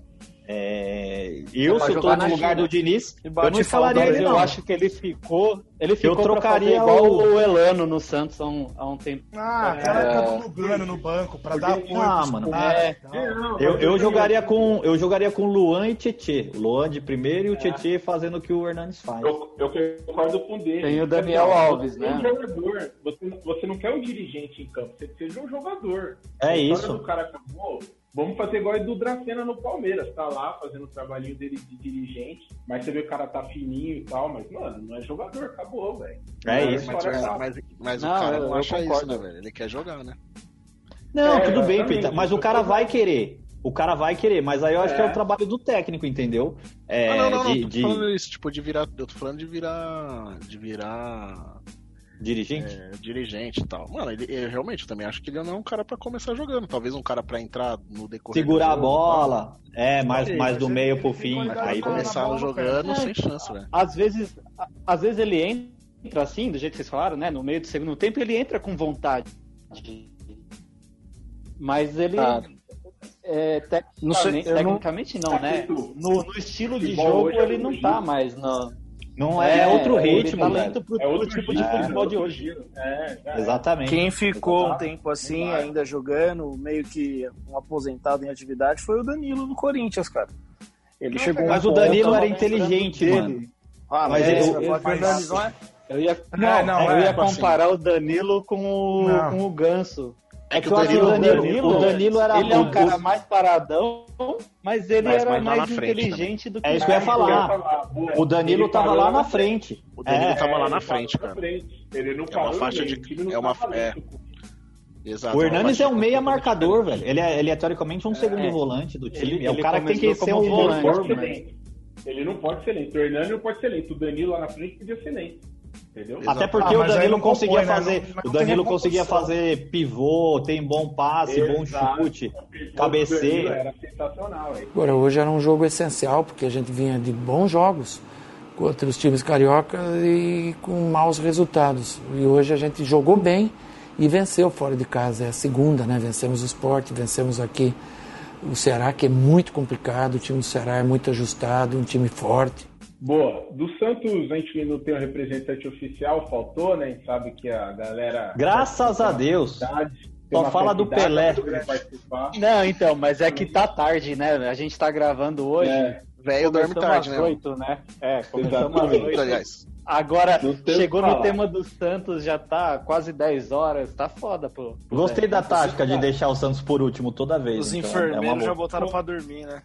é, eu,
É pra
se eu tô
jogar
no
na
lugar
China.
do Diniz,
E
eu
bate
não escalaria
falta, né?
ele,
eu
não.
acho que ele ficou. Ele ficou
Eu
pra
trocaria
fazer igual
o-
o Elano no Santos há um, há um tempo.
Ah, aquela
É.
época do Lugano no banco, pra dar apoio
Ah,
pros
mano,
caras
é.
e tal.
Eu, eu jogaria com eu jogaria com Luan e Tietê. Luan de primeiro e
É.
o Tietê fazendo o que o Hernandes faz.
Eu, eu concordo com o dele.
Tem o Daniel
Você-
Alves,
você é um
né?
jogador, você, você não quer um dirigente em campo, você precisa de um jogador.
É
A história
isso.
do cara acabou, vamos fazer igual do Dracena no Palmeiras. Tá lá fazendo o trabalhinho dele de dirigente, mas você vê que o cara tá fininho e tal, mas, mano, não é jogador, acabou, velho.
É
Não,
isso.
a história tá-
Mas, mas
Não,
o cara
eu-
não
eu
acha isso,
concordo.
né, velho? Ele quer jogar, né?
Não,
É,
tudo bem,
exatamente.
Pita, mas o cara vai querer. O cara vai querer, mas aí eu acho
É.
que é o trabalho do técnico, entendeu? É,
Ah, não, não, não.
de,
tô
de-
falando isso, tipo, de virar. Eu tô falando de virar. De virar.
Dirigente?
É, dirigente e tal. Mano, ele, eu realmente eu também acho que ele não é um cara pra começar jogando. Talvez um cara pra entrar no decorrer.
segurar a
do jogo e tal.
bola. É, mais,
Sim,
mais
mas
do
ele-
meio pro fim.
Mas
Aí
aí começaram jogando sem chance, velho.
Às vezes, a- às vezes ele entra assim, do jeito que vocês falaram, né? No meio do segundo tempo, ele entra com vontade. Mas ele.
Ah.
é, tec-
Não sei,
tecnicamente-
eu não-
tecnicamente não, né? No, no estilo de
Futebol
jogo
hoje é
ele não
outro
tá
giro.
mais. Não,
Não é, outro
ele
ritmo,
tá
velho.
lento pro,
É outro
pro tipo
giro,
de
é
futebol de
outro
hoje. Tá
Exatamente.
Quem ficou um
Exatamente.
tempo assim, ainda jogando, meio que um aposentado em atividade, foi o Danilo no Corinthians, cara. Ele chegou
Mas
um
o Danilo
ponto-
era inteligente, mano.
Ah,
Mas
mas,
ele-
ele,
ele- mas-
não é?
Eu ia,
Não,
não,
é,
eu ia
tipo assim.
comparar o Danilo com o,
Não.
com o Ganso.
É que
eu
o
acho que
Danilo-
o
o
Danilo
Danilo
era
era
ele é um
bom.
cara mais paradão, mas ele
Mas-
era
mas lá
mais
na frente
inteligente
também.
do que
É isso que eu ia falar.
é
O Danilo
Ele
tava
parou
lá
na
na frente.
O Danilo
É.
tava lá na
ele parou
frente, cara.
frente. Ele não
É uma
parou
faixa
ninguém,
de.
o time não
É uma.
tava
É.
lento.
Exato.
O
é uma
Hernanes
faixa
é um meia marcador, velho. Ele é, ele é teoricamente um segundo volante do time. é o cara que tem que ser um
Ele não
volante.
pode ser lento. Ele não pode ser lento. O Hernani não pode ser lento. O Danilo lá na frente podia ser lento. Entendeu?
Até porque o Danilo conseguia fazer. o Danilo conseguia fazer pivô, tem bom passe,
Exato.
bom chute,
Danilo
cabeceio.
Era sensacional, velho.
Agora, hoje era um jogo essencial, porque a gente vinha de bons jogos. com
contra os times cariocas e com maus resultados. E hoje a gente jogou bem e venceu fora de casa. É a segunda, né? Vencemos o esporte, vencemos aqui o Ceará, que é muito complicado. O time do Ceará é muito ajustado, um time forte.
Boa. Do Santos, a gente não tem um representante oficial, faltou, né? A gente sabe que a galera.
Graças a Deus.
Tem
Só
uma
fala do
convidada
Pelé.
pra poder participar.
Não, então, mas é que tá tarde, né? A gente tá gravando hoje.
É.
Velho dorme
Começamos
tarde,
às
né?
oito, né? É, começamos às
Exatamente.
oito.
Aliás.
Agora,
Não tem o
chegou
que
no
falar.
tema do Santos, já tá quase 10 horas, tá foda, pô. É.
Gostei
Então,
da tática de
deixar.
deixar o Santos por último toda vez.
Os
então,
enfermeiros
é uma boa.
já
botaram
pra dormir, né?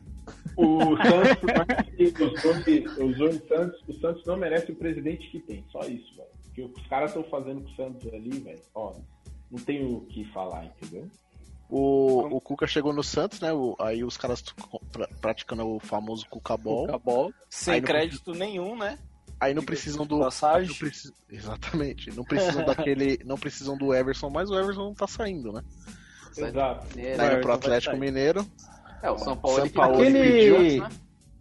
O Santos, por mais que os dois- os dois Santos, o Santos não merece o presidente que tem. Só isso, velho. Porque o que os caras estão fazendo com o Santos ali, velho, ó, não tem o que falar, entendeu?
O, o Cuca chegou no Santos, né? O- aí os caras pra- praticando o famoso Cucabol.
Cucabol.
Aí não-
Sem crédito nenhum, né?
Aí não precisam do.
Passagem.
não preci- exatamente. Não precisam daquele. Não precisam do Everson, mas o Everson não tá saindo, né?
Exato.
Vai pro Atlético Mineiro.
É, o São Paulo.
São
que-
Paulo
Aquele,
pediu, né?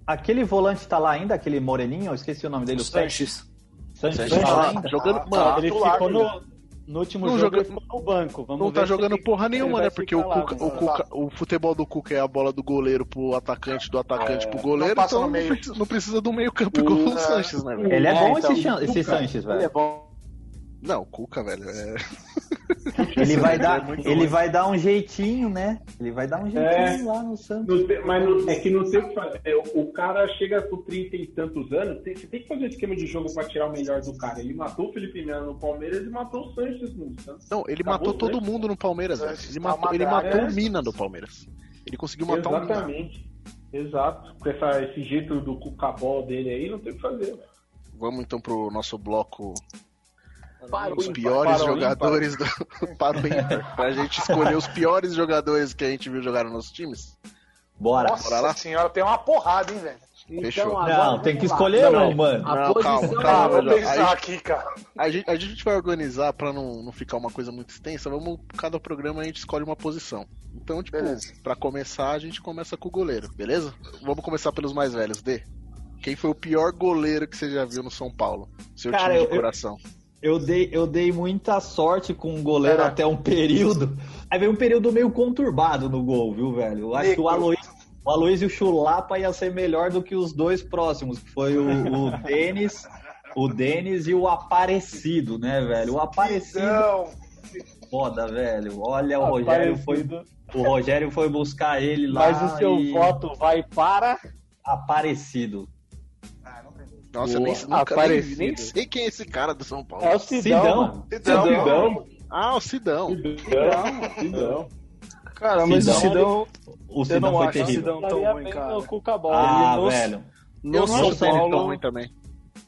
aquele volante tá lá ainda, aquele moreninho, eu esqueci o nome dele. O Sanches. Sanches,
Sanches
tá
tá
lá
lá,
ainda?
jogando-
Ah,
mano,
ele
titular,
ficou
né?
no, no último
Não
jogo,
joga-
ele ficou no banco. Vamos
não tá
ver se
jogando
ele-
porra
ele
nenhuma,
vai
né? Porque o,
ficar lá,
Cuca-
mas-
o, Cuca- o futebol do Cuca é a bola do goleiro pro atacante, do atacante
É,
pro goleiro,
não passa
então
no
não
meio.
precisa, não precisa do meio campo igual o Sanches, né, velho?
Ele é, bom
então,
esse, Chan- esse
Cuca.
Sanches, velho.
Ele é bom. Não, o Cuca, velho, é...
Ele vai
Ele é
dar,
muito
ele
ruim.
vai dar um jeitinho, né? Ele vai dar um jeitinho lá no Santos.
Não tem- mas não- é que não tem o que fazer. É, o- O cara chega com 30 e tantos anos, tem, você tem que fazer um esquema de jogo pra tirar o melhor do cara. Ele matou o Felipe Melo no Palmeiras e matou o Sanches no Santos.
Não, ele
Acabou,
matou todo
né?
mundo no Palmeiras, velho. Ele
Tá
matou, ele
magrado,
matou
né?
o Mina do Palmeiras. Ele conseguiu matar o Mina.
Exatamente. Exato. Com essa, esse jeito do cucabol dele aí, não tem o que fazer, né? velho.
Vamos então pro nosso bloco
Parou,
os
ímpar,
piores
parou,
jogadores do para o Inter, pra gente escolher os piores jogadores que a gente viu jogar nos nossos times.
Bora.
Nossa Bora lá.
senhora, tem uma porrada, hein, velho?
Fechou.
Não, tem que escolher
Não,
um, mano.
não, calma, calma.
vou
Jorge.
pensar
Aí-
aqui, cara.
A gente, a gente vai organizar pra não, não ficar uma coisa muito extensa. Vamos, cada programa a gente escolhe uma posição. Então, tipo, pra começar, a gente começa com o goleiro, beleza? Vamos começar pelos mais velhos, D. Quem foi o pior goleiro que você já viu no São Paulo? Seu
Cara,
time
eu-
de coração.
Eu dei, eu dei muita sorte com o goleiro até um período. Aí veio um período meio conturbado no gol, viu, velho? Eu acho que o Aloysio, o Aloysio Chulapa ia ser melhor do que os dois próximos, que foi o, o Denis, o Denis e o Aparecido, né, velho? O Aparecido. é Foda, velho. Olha, o Rogério foi. O Rogério foi buscar ele lá.
Mas o seu
e-
voto vai para.
Aparecido.
Nossa, eu
Boa.
nem, nunca- nem-
Aparecido.
nem sei quem é esse cara do São Paulo.
É o Sidão, Sidão. mano.
Sidão.
Sidão.
Ah, o Sidão.
Sidão,
Sidão.
Cara, Tá, mas
Sidão,
o Sidão.
O
eu
Sidão tá
não
foi
acho o
terrível.
Sidão
Estaria
tão ruim,
bem
cara.
no Cucabol.
Ah,
Ele nos-
velho.
Eu
No
não acho o
São
Paulo... tão
Paulo-
ruim também.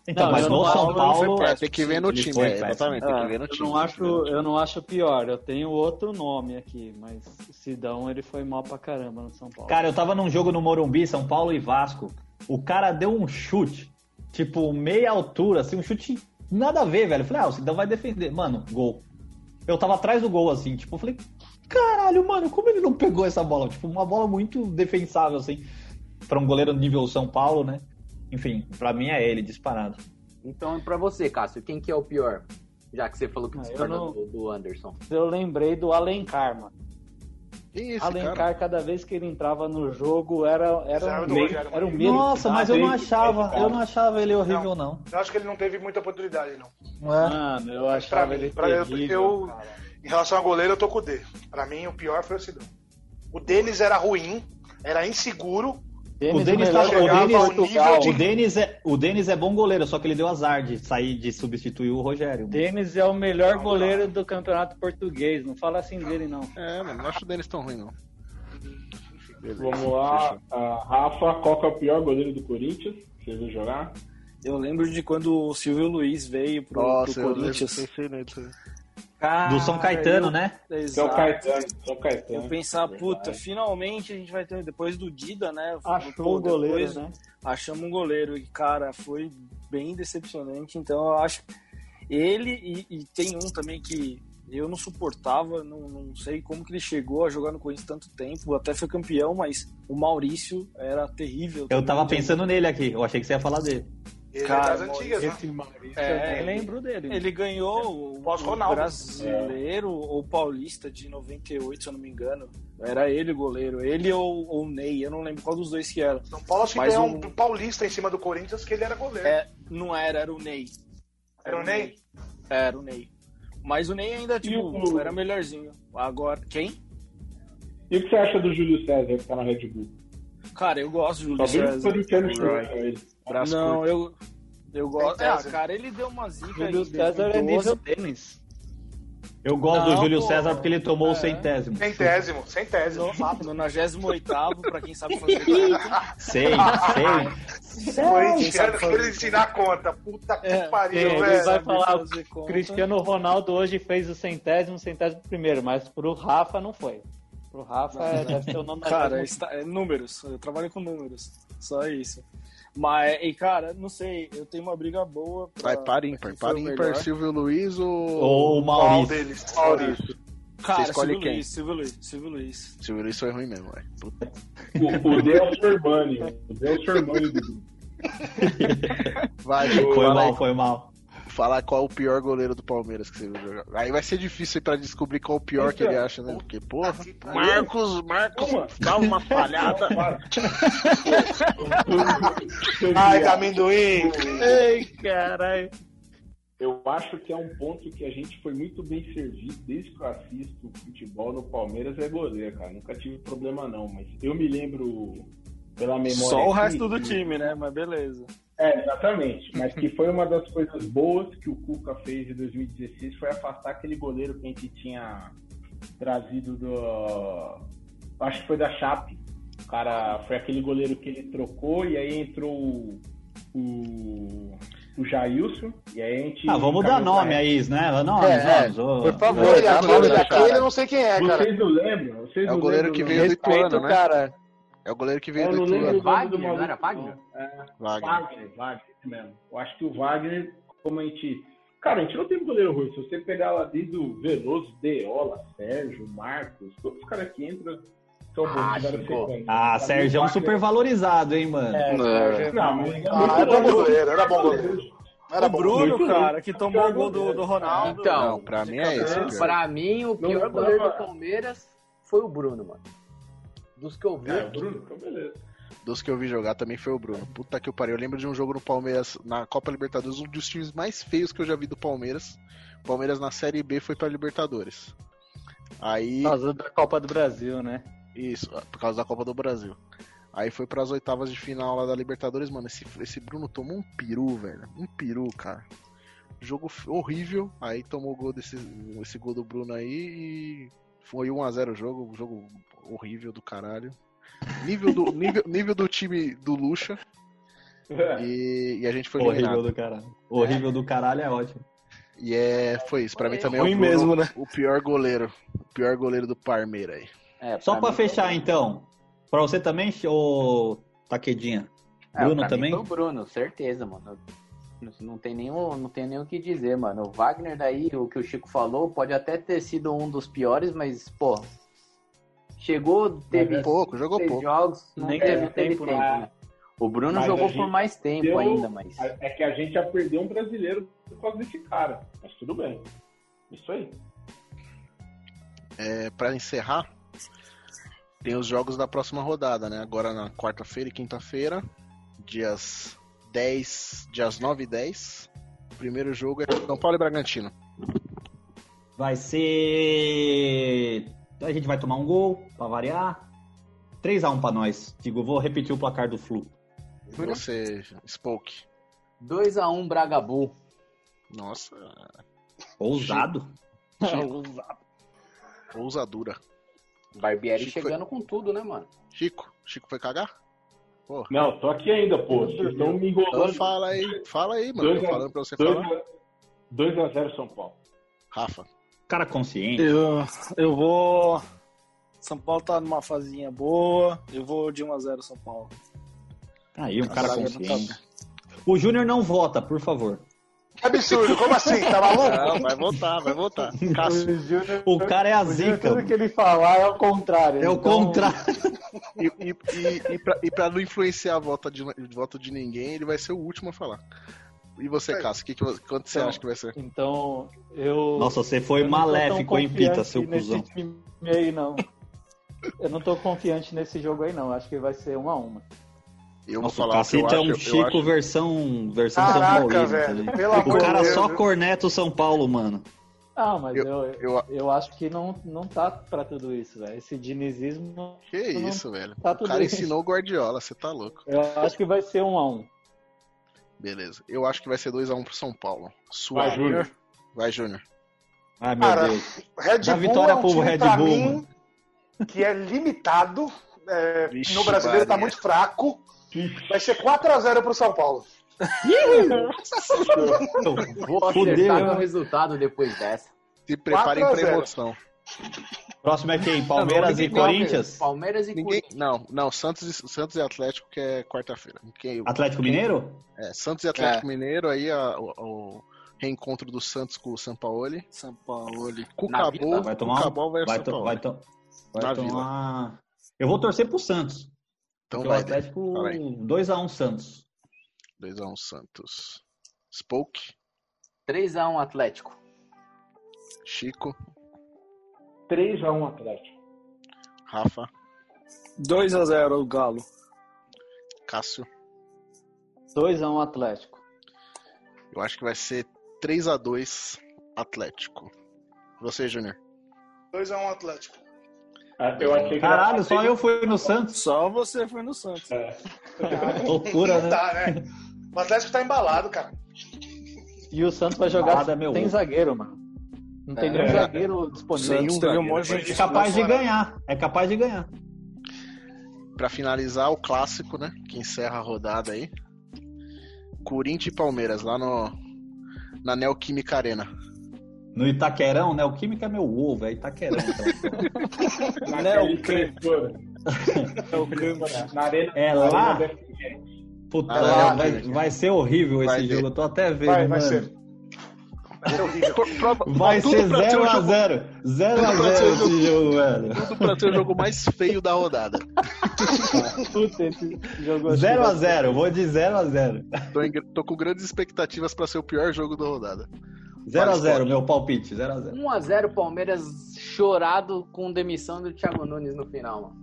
Então, mas no São Paulo.
É, tem que ver no time, é, exatamente,
Ah,
tem que ver no
Ah, eu
time.
não acho, eu não acho pior. Eu tenho outro nome aqui, mas o Sidão ele foi mal pra caramba no São Paulo.
Cara, eu tava num jogo no Morumbi, São Paulo e Vasco. O cara deu um chute, tipo, meia altura, assim, um chute nada a ver, velho. Eu falei, ah, o Sidão vai defender. Mano, gol. Eu tava atrás do gol, assim, tipo, eu falei, caralho, mano, como ele não pegou essa bola? Tipo, uma bola muito defensável, assim, pra um goleiro nível São Paulo, né? Enfim, pra mim é ele, disparado.
Então, pra você, Cássio, quem que é o pior? Já que você falou que
Ah, eu
discorda
não-
do, do Anderson.
Eu lembrei do Alencar, mano.
Quem é esse
Alencar,
cara?
cada vez que ele entrava no jogo, era, era,
Reserva
um,
é do
medo,
Rogério
era um medo.
Nossa, mas eu não achava,
é
eu não achava ele horrível, não.
Eu acho que ele não teve muita oportunidade, não.
Mano, eu
Pra
achava
mim,
ele
pra- eu-
terrível.
eu, em relação a goleiro, eu tô com o D. Pra mim, o pior foi o Sidão. O Denis era ruim, era inseguro.
O
é
é
Denis, tá,
não chegava
o, Denis,
ao nível de
o Denis é, o Denis é bom goleiro, só que ele deu azar de sair de substituir o Rogério.
Denis é o melhor goleiro do campeonato português. Não fala assim dele, não.
É, mano, não acho o Denis tão ruim, não.
Vamos lá, a Rafa, qual que é o pior goleiro do Corinthians? Você viu jogar?
Eu lembro de quando o Silvio Luiz veio pro,
Nossa,
pro
eu
Corinthians.
lembro, pensei nele.
Cara,
Do São Caetano, né?
Exato.
São Caetano, São Caetano. É
Eu pensar,
Verdade.
puta, finalmente a gente vai ter, depois do Dida, né?
Achou
Pô,
um goleiro, né?
Achamos um goleiro. E, cara, foi bem decepcionante. Então, eu acho... Ele e, e tem um também que eu não suportava, não, não sei como que ele chegou a jogar no Corinthians tanto tempo, até foi campeão, mas o Maurício era terrível.
Eu
também,
tava
então-
pensando nele aqui, eu achei que você ia falar dele.
Ele
Cara,
é das antigas,
esse
né?
É,
eu lembro dele.
Ele ganhou o
Pós-Ronaldo.
brasileiro ou paulista de 98, se eu não me engano. Era ele o goleiro. Ele ou ou o Ney, eu não lembro qual dos dois que era.
São Paulo acho que
Mas
ganhou
o-
um paulista em cima do Corinthians que ele era goleiro.
É, não era, era o Ney.
Era o Ney?
Era o Ney. Mas o Ney ainda, tipo,
o-
era melhorzinho. Agora, quem?
E o que você acha do Júlio César que tá na Red Bull?
Cara, eu gosto do Júlio
Talvez os
César.
corintianos conheçam um ele. Braço
Não,
curto.
eu, eu gosto.
Tem
Ah,
César.
cara, ele deu um uma zica
Júlio
aí,
César é
2012.
nível tênis.
Eu gosto
Não,
do Júlio
pô. É.
César porque ele tomou o centésimo.
Centésimo, centésimo.
No 98 pra quem sabe fazer conta.
Sei,
sei. Corintiano querendo ensinar a conta. Puta que
É,
pariu,
ele
velho.
vai falar,
fazer
o
conta.
Cristiano Ronaldo hoje fez o centésimo, centésimo primeiro, mas pro Rafa não foi. Pro Rafa é, deve ser o nome da
Cara,
mesma-
está- é números. Eu trabalho com números. Só isso. Mas, e cara, não sei. Eu tenho uma briga boa. Pra,
Vai, par ímpar.
pra
Par
quem foi Ah, o
ímpar,
melhor.
Silvio Luiz ou.
Ou o Maurício.
Qual deles? Maurício.
Cara,
Você escolhe
Silvio
quem?
Luiz, Silvio Luiz, Silvio Luiz.
Silvio Luiz foi ruim mesmo, velho. Puta.
O, o Deus Urbani. O Deus Urbani do grupo.
Vai, Ju,
Foi
fala
mal,
aí.
foi mal.
Falar qual o pior goleiro do Palmeiras que você viu jogar. Aí vai ser difícil pra descobrir qual o pior que ele acha, né? Porque, porra. Marcos, Marcos, dá uma falhada.
Ai,
tá
da amendoim.
Ei, caralho. Eu acho que é um ponto que a gente foi muito bem servido desde que eu assisto futebol no Palmeiras é goleiro, cara. Nunca tive problema não, mas eu me lembro pela memória.
Só o
aqui,
resto do
que-
time, né? Mas beleza.
É, exatamente. Mas que foi uma das coisas boas que o Cuca fez em 2016 foi afastar aquele goleiro que a gente tinha trazido do. Acho que foi da Chape. O cara foi aquele goleiro que ele trocou e aí entrou o. o... o Jailson, e aí a gente.
Ah, vamos dar
encaminhou
nome
pra-
aí, né? Não,
É, é.
não,
Por favor,
Não,
dá
não,
nome
não,
daquele,
cara.
eu não sei quem é, cara. Vocês não lembram? Vocês
É o
não
goleiro
lembram,
que
não.
veio do Ituano,
Respeito,
né?
cara.
É o goleiro que veio
Eu
do
não
Ituano. né?
lembro o nome do maluco.
Wagner?
É,
Wagner.
Wagner. Wagner, isso mesmo. Eu acho que o Wagner, como a gente. Cara, a gente não tem um goleiro ruim. Se você pegar lá desde o Veloso, Deola, Sérgio, Marcos, todos os caras que entram são bons.
Ah,
tiveram
Chico.
sequência.
Ah,
Mas o
Sérgio é um
Wagner-
super valorizado, hein, mano?
É, Sérgio- Não, mas ele é muito
Ah, era bom goleiro,
era bom goleiro.
o Bruno, cara, que tomou o gol do, do Ronaldo.
Então,
Não, pra mim é esse. o pior.
Pra mim, o
Não
é
pior
dá pra-
goleiro do Palmeiras foi o Bruno, mano. Dos que eu vi.
É, o
Bruno, então beleza.
dos que eu vi jogar também foi o Bruno. Puta que eu parei. Eu lembro de um jogo no Palmeiras, na Copa Libertadores, um dos times mais feios que eu já vi do Palmeiras. O Palmeiras na Série B foi pra Libertadores. Aí.
Por causa da Copa do Brasil, né?
Isso, é, por causa da Copa do Brasil. Aí foi pras oitavas de final lá da Libertadores, mano. Esse, esse Bruno tomou um peru, velho. Um peru, cara. Jogo f- horrível. Aí tomou o gol desse esse gol do Bruno aí e foi 1 a 0 o jogo, um jogo horrível do caralho. Nível do nível, nível do time do Lucha. E, e a gente foi
Horrível né?
eliminado.
do caralho. Horrível do caralho é ótimo.
E é, foi isso. Pra mim também é
Ruim
o, Bruno,
mesmo, né?
o pior goleiro. O pior goleiro do Parmeira aí.
É,
É Só pra fechar, então. Pra você também, ô Taquedinha?
É,
Bruno
pra
também?
então.
Mim foi o Bruno, certeza, mano. Não- Não tem nenhum, não tem nem o que dizer, mano. O Wagner daí, o que o Chico falou, pode até ter sido um dos piores, mas pô, chegou, teve
É.
é
Jogou pouco, jogou
seis
pouco.
jogos, não
Nem
teve,
teve
não teve
tempo,
tempo.
né?
né? O Bruno
Mas
jogou
a
por
gente
mais tempo
deu-
ainda, mas
É que a gente já perdeu um brasileiro por causa desse cara. Mas tudo bem. Isso aí.
É, para encerrar, tem os jogos da próxima rodada, né? Agora na quarta-feira e quinta-feira, dias 10, dias 9 e 10. O primeiro jogo é São Paulo e Bragantino.
Vai ser. A gente vai tomar um gol, pra variar. 3x1 pra nós. Digo, vou repetir o placar do Flu.
E Você, Spoke.
2x1 Bragabu.
Nossa.
Ousado?
Ousadura.
Barbieri
Chico
chegando com tudo, né, mano?
Chico, Chico foi cagar? Porra.
Não, tô aqui ainda, pô. Vocês estão me
Então
um.
enrolando.
fala aí, fala aí, mano.
Dois
Tô
a- um.
falando pra você
dois
falar.
a- 2x0 São Paulo.
Rafa.
Cara consciente.
Eu, eu vou. São Paulo tá numa fazinha boa. Eu vou de 1x0 São Paulo.
Aí, um
Tá
cara
sabendo,
consciente. O Júnior não vota, por favor.
Que absurdo, como assim? Tá maluco?
Não, vai voltar, vai voltar. Cássio.
O cara é a zica.
Tudo que ele falar é o contrário.
É o contrário.
E, e, e, e pra, e pra não influenciar a volta de, voto de ninguém, ele vai ser o último a falar. E você, Cássio, que que, vo- quanto você
Então,
acha que vai ser?
Então, eu.
Nossa, você foi
eu não tô tão
maléfico, hein, Pita,
confiante
seu
nesse
cuzão.
time aí, não. Eu não tô confiante nesse jogo aí, não. Acho que vai ser um a uma.
Eu
Nossa,
falar
o
o que
Cacito
eu
é um
acho, eu
Chico
acho.
versão, versão
Caraca,
São Paulo.
velho,
também.
pelo
o
amor de
cara
Deus,
só
viu?
corneta o São Paulo, mano.
Ah, mas eu, eu, eu acho que não, não tá pra tudo isso, velho. Esse dinizismo.
Que
não
isso, velho.
Tá
o
tudo
cara
isso.
ensinou o Guardiola, você tá louco.
Eu acho que vai ser um a um.
Beleza. Eu acho que vai ser 2x1 pro São Paulo. Suave.
Júnior.
Vai, Júnior.
Ai,
meu
Cara,
Deus.
Red
Dá
Bull
vitória
é um
pro
time,
Red
pra
Bull,
mim,
mano.
que é limitado. é,
Vixe,
no brasileiro tá
Maria.
muito fraco. Vai ser 4x0 pro São Paulo.
Então,
Vou acertar meu resultado depois dessa.
Se
preparem pra emoção. Próximo é quem? Palmeiras e Corinthians?
Palmeiras e
Ninguém... Não, não, Santos e, Santos e Atlético que é quarta-feira. Quem-
Atlético
quem-
Mineiro?
É, Santos e Atlético Mineiro, aí a- o, o reencontro do Santos com o Sampaoli.
Sampaoli.
Cucabol,
Vai tomar um-
Cucabol versus
vai to-
Sampaoli.
vai to- vai
Na
tomar- Eu vou torcer pro Santos.
Então
porque
vai,
o Atlético
Fala aí.
2x1 Santos.
2x1 Santos. Spoke,
3x1 Atlético.
Chico,
3x1 Atlético.
Rafa,
2x0 o Galo.
Cássio.
2x1 Atlético.
Eu acho que vai ser 3x2 Atlético. Você, Júnior.
2x1 Atlético.
Eu achei que
Caralho, só eu fui no Santos.
Só você foi no Santos.
Loucura,
Não
né?
Tá, né? O Atlético tá embalado, cara.
E o Santos vai jogar
Balada, meu
sem
ovo.
zagueiro, mano. Não tem
É.
nenhum zagueiro
um
disponível.
Nenhum zagueiro. É capaz de ganhar. É capaz de ganhar.
Pra finalizar, o clássico, né? Que encerra a rodada aí. Corinthians e Palmeiras, lá no. Na Neoquímica Arena.
No Itaquerão, né? O Química é meu ovo, é Itaquerão. Então.
Né, o Na arena.
É
na
lá?
Arena do FG.
Puta,
Ah,
lá,
não,
vai,
cara.
vai ser horrível esse jogo, eu tô até vendo,
Vai, vai
mano.
ser.
Vai
Tudo
ser
pra ser um
0x0.
jogo-
0x0 esse jogo, velho.
Tudo pra ser o jogo mais feio da rodada.
Puta, esse um jogo
0x0, vou de 0x0.
Tô, em- tô com grandes expectativas pra ser o pior jogo da rodada.
0x0, meu palpite, 0x0.
1x0 Palmeiras chorado com demissão do Thiago Nunes no final, mano.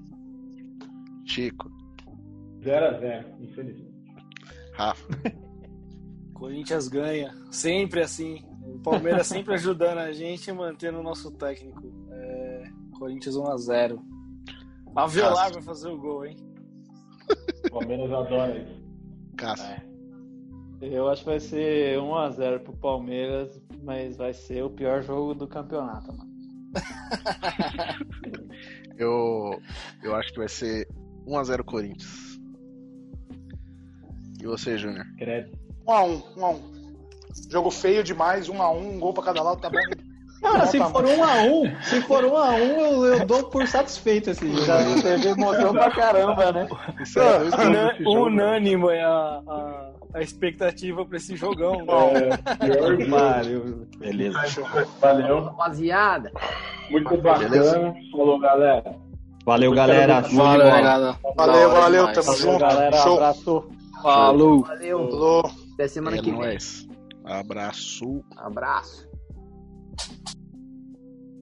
Chico,
0x0, infelizmente.
Rafa.
Corinthians ganha. Sempre assim. O Palmeiras sempre ajudando a gente e mantendo o nosso técnico. É, Corinthians 1x0. A Velar vai fazer o gol, hein?
O Palmeiras adora isso.
Cássio.
Eu acho que vai ser 1x0 pro Palmeiras, mas vai ser o pior jogo do campeonato, mano.
Eu, eu acho que vai ser 1x0 Corinthians. E você, Júnior?
Credo.
1x1, 1x1. Jogo feio demais, 1x1, um gol pra cada lado, tá bom.
Cara, se for 1x1, se for 1x1, eu, eu dou por satisfeito esse jogo.
Já teve emoção pra caramba, né?
é
Ah,
Ah,
Unan- Unânime é a, a, a expectativa pra esse jogão. né? velho.
Beleza.
Valeu.
Rapaziada.
Muito bacana. Falou, galera.
Valeu, galera. Show de
Valeu,
bola.
galera.
Valeu,
Da hora
valeu,
demais.
tamo
Valeu,
junto.
galera,
Show.
Abraço.
Falou.
Valeu.
Falou.
Até semana
É
que vem.
nóis. Abraço.
Abraço.